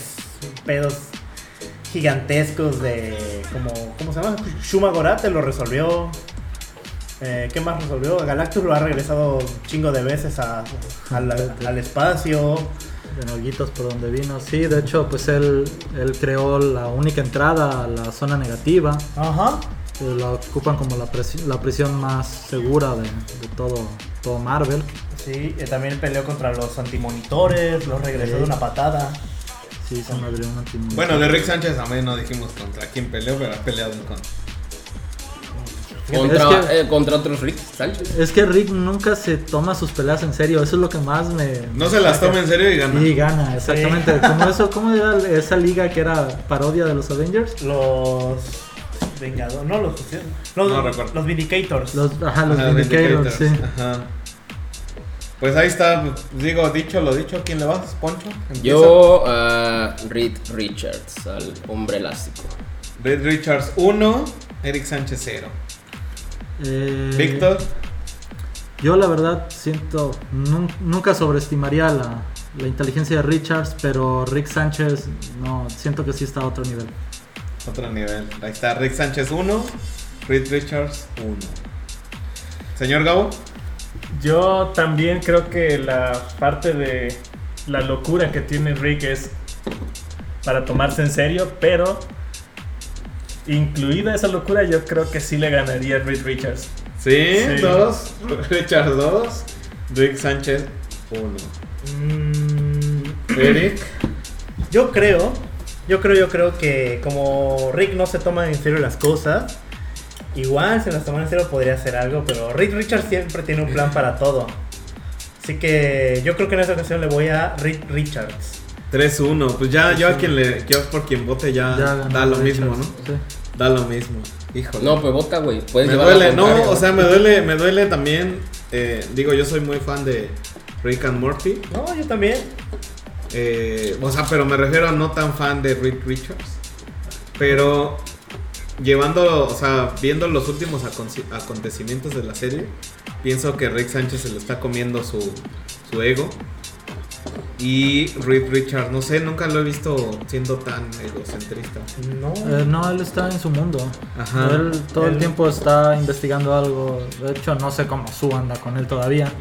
S3: pedos gigantescos de como ¿cómo se llama? Shuma Gorath lo resolvió. Eh, ¿Qué más resolvió? Galactus lo ha regresado un chingo de veces a, a la- al espacio.
S5: De Nolguitos por donde vino. Sí, de hecho, pues él, él creó la única entrada a la zona negativa.
S3: Ajá.
S5: que La ocupan como la, presi- la prisión más segura de, de todo, todo Marvel.
S3: Sí, eh, también peleó contra los antimonitores, los regresó de una patada.
S5: Sí, se me abrió un antimonio.
S2: Bueno, de Rick Sánchez también no dijimos contra quién peleó, pero ha peleado con.
S4: Contra,
S5: Es que-
S4: eh, contra otros Rick Sánchez.
S5: Es que Rick nunca se toma sus peleas en serio. Eso es lo que más me.
S2: No se las toma en serio y gana.
S5: Y gana, exactamente. Como eso, ¿cómo era esa liga que era parodia de los Avengers?
S3: Los Vengadores, no los no,
S2: No
S3: los,
S2: recuerdo.
S3: los Vindicators.
S5: Los, ajá, los
S2: Ajá,
S5: Vindicators,
S2: Vindicators,
S5: sí.
S2: Ah, ajá. Pues ahí está, digo, dicho lo dicho, ¿quién le vas, Poncho? Empieza.
S4: Yo a Reed Richards, al hombre elástico.
S2: Reed Richards 1, Eric Sánchez 0.
S5: Eh,
S2: Víctor,
S5: Yo la verdad siento, nun- nunca sobreestimaría la, la inteligencia de Richards, pero Rick Sánchez, no, siento que sí está a otro nivel.
S2: Otro nivel. Ahí está Rick Sánchez 1, Reed Richards 1. Señor Gabo,
S6: Yo también creo que la parte de la locura que tiene Rick es para tomarse en serio, pero incluida esa locura, yo creo que sí le ganaría a Reed Richards.
S2: sí,
S6: Sí.
S2: 2, (laughs) Richards 2, Rick Sánchez 1.
S3: Mm,
S2: Eric,
S3: Yo creo, yo creo, yo creo que como Rick no se toma en serio las cosas, igual se las toma en serio podría hacer algo, pero Rick Richards siempre tiene un plan para todo. Así que yo creo que en esta ocasión le voy a Rick Richards.
S2: 3-1. Pues ya, yo a quien le, yo por quien vote ya,
S5: Ya ganó
S2: da lo
S5: Richards,
S2: mismo, ¿no?
S5: sí.
S2: Da lo mismo. Híjole.
S4: No, pues vota, güey. Puedes
S2: me
S4: llevar la
S2: duele, no,
S4: contraria.
S2: o sea, me duele, me duele también. eh, digo, yo soy muy fan de Rick and Morty.
S3: No, yo también.
S2: Eh, o sea, pero me refiero a no tan fan de Reed Richards. Pero llevando, o sea, viendo los últimos aconci- acontecimientos de la serie, pienso que Rick Sánchez se le está comiendo su, su ego. Y Reed Richards, no sé, nunca lo he visto siendo tan egocentrista.
S3: No.
S5: Eh, no, él está en su mundo.
S2: Ajá.
S5: Él todo el
S3: Él-
S5: tiempo está investigando algo. De hecho, no sé cómo su anda con
S2: (laughs)
S5: él todavía.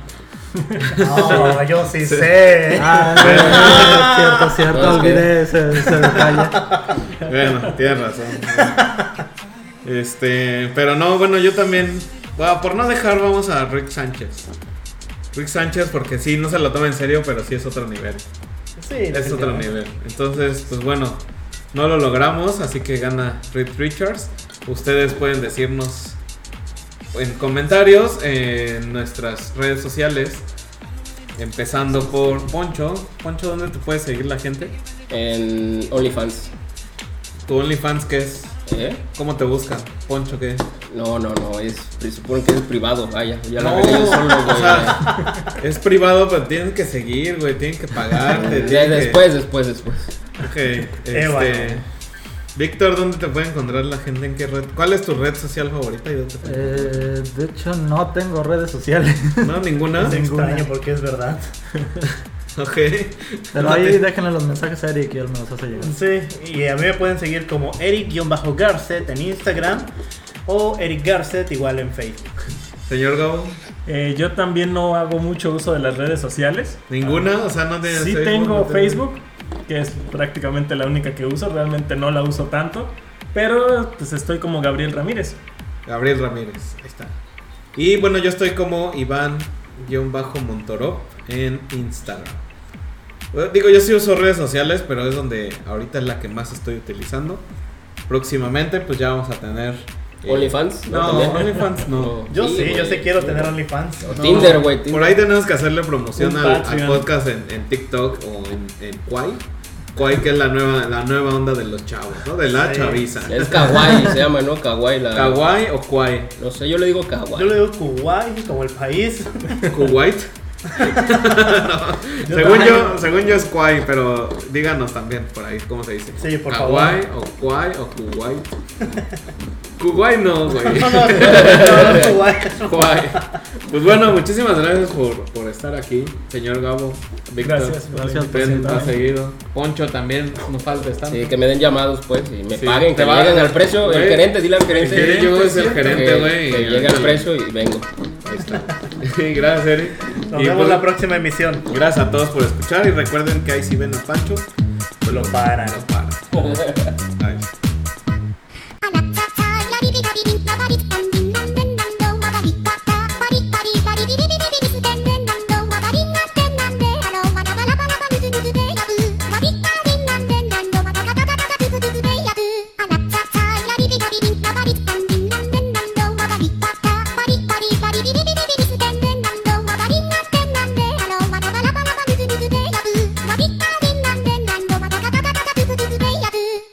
S3: No, yo sí sé.
S5: Ah, cierto, cierto,
S4: ¿Sabes qué?
S5: olvidé ese, ese detalle.
S2: Bueno, tienes razón. Este, pero no, bueno, yo también. bueno, por no dejar, vamos a Rick Sánchez. Rick Sánchez, porque sí, no se lo toma en serio, pero sí es otro nivel.
S3: Sí,
S2: Es otro
S3: definitivamente.
S2: nivel. Entonces, pues bueno, no lo logramos, así que gana Reed Richards. Ustedes pueden decirnos en comentarios, en nuestras redes sociales. Empezando por Poncho. Poncho, ¿dónde te puede seguir la gente?
S4: En OnlyFans.
S2: Tu OnlyFans, ¿qué es?
S4: ¿Eh?
S2: ¿Cómo te buscan? Poncho, ¿qué?
S4: No, no, no, es, se supone que es privado, vaya. Ya
S2: No,
S4: lo arreglé yo solo,
S2: o
S4: güey.
S2: sea, Es privado, pero tienen que seguir, güey. Tienen que pagarte.
S4: Ya
S2: tienen que-
S4: después, después, después.
S2: Ok,
S6: Eh,
S3: Eva.
S2: este, Víctor, ¿dónde te puede encontrar la gente? ¿En qué red? ¿Cuál es tu red social favorita? y dónde te puede encontrar?
S5: Eh, de hecho, no tengo redes sociales. (laughs)
S2: No,
S6: (laughs)
S2: ninguna.
S3: Es
S5: Ninguna.
S3: extraño porque es verdad. (laughs)
S2: Ok.
S5: Pero ahí déjenle los mensajes a Eric y él me los hace llegar.
S3: Sí, y a mí me pueden seguir como Eric-Garcet en Instagram o Eric Garcet igual en Facebook.
S2: Señor Gabo,
S6: Eh, yo también no hago mucho uso de las redes sociales.
S2: ninguna, o sea, no tienes
S6: Sí
S2: Facebook,
S6: tengo
S2: no tienes-
S6: Facebook, que es prácticamente la única que uso, realmente no la uso tanto, pero pues estoy como Gabriel Ramírez.
S2: Gabriel Ramírez, ahí está. Y bueno, yo estoy como Iván-Montoro en Instagram. Bueno, Digo, yo sí uso redes sociales, pero es donde ahorita es la que más estoy utilizando. Próximamente, pues ya vamos a tener. eh,
S4: ¿OnlyFans?
S2: No,
S4: también.
S2: OnlyFans
S4: (laughs)
S2: no.
S3: Yo sí, yo
S4: güey.
S3: sí quiero tener OnlyFans.
S4: O Tinder, güey. Tinder.
S2: Por ahí tenemos que hacerle promoción
S6: Un
S2: al, al
S6: Patreon.
S2: podcast en, en TikTok o en, en Kwai. Kwai que es la nueva, la nueva onda de los chavos, ¿no? De la
S3: Sí.
S2: chaviza.
S4: Es kawaii, se llama, ¿no? Kawaii la...
S2: ¿Kawaii o Kwai?
S4: No sé, yo le digo kawaii.
S3: Yo
S2: (laughs)
S3: le digo Kuwait como el país.
S2: ¿Kuwait?
S3: (laughs) Yo
S2: según,
S3: también.
S2: yo, según yo es Kwai, pero díganos también por ahí cómo se dice.
S3: Sí, por favor.
S2: ¿Kawaii o Kwai o Kuwait? Kuwait no, güey.
S3: (laughs) No, no, no, no, no, Kuwait.
S2: Kwai. Pues bueno, muchísimas gracias por, por estar aquí, señor Gabo. Víctor,
S6: Gracias, por la
S5: Gracias,
S2: Ven,
S6: invitación.
S2: más seguido. Poncho también nos falta estar.
S4: Sí,
S2: (laughs)
S4: que me den llamados, pues, y me
S2: Sí,
S4: paguen,
S2: te
S4: que
S2: va-
S4: lleguen al precio.
S2: güey,
S4: El gerente, dile al gerente.
S2: gerente, yo
S4: que-
S2: es el gerente,
S4: que-
S2: güey,
S4: Que
S2: y-
S4: llegue al precio y vengo.
S2: Ahí está. gracias, Eric.
S3: Nos
S2: Y
S3: vemos
S2: pues,
S3: la próxima emisión.
S2: Gracias a todos por escuchar y recuerden que ahí si ven a Pancho, pues
S3: Lo paran.
S2: Lo paran. Ahí.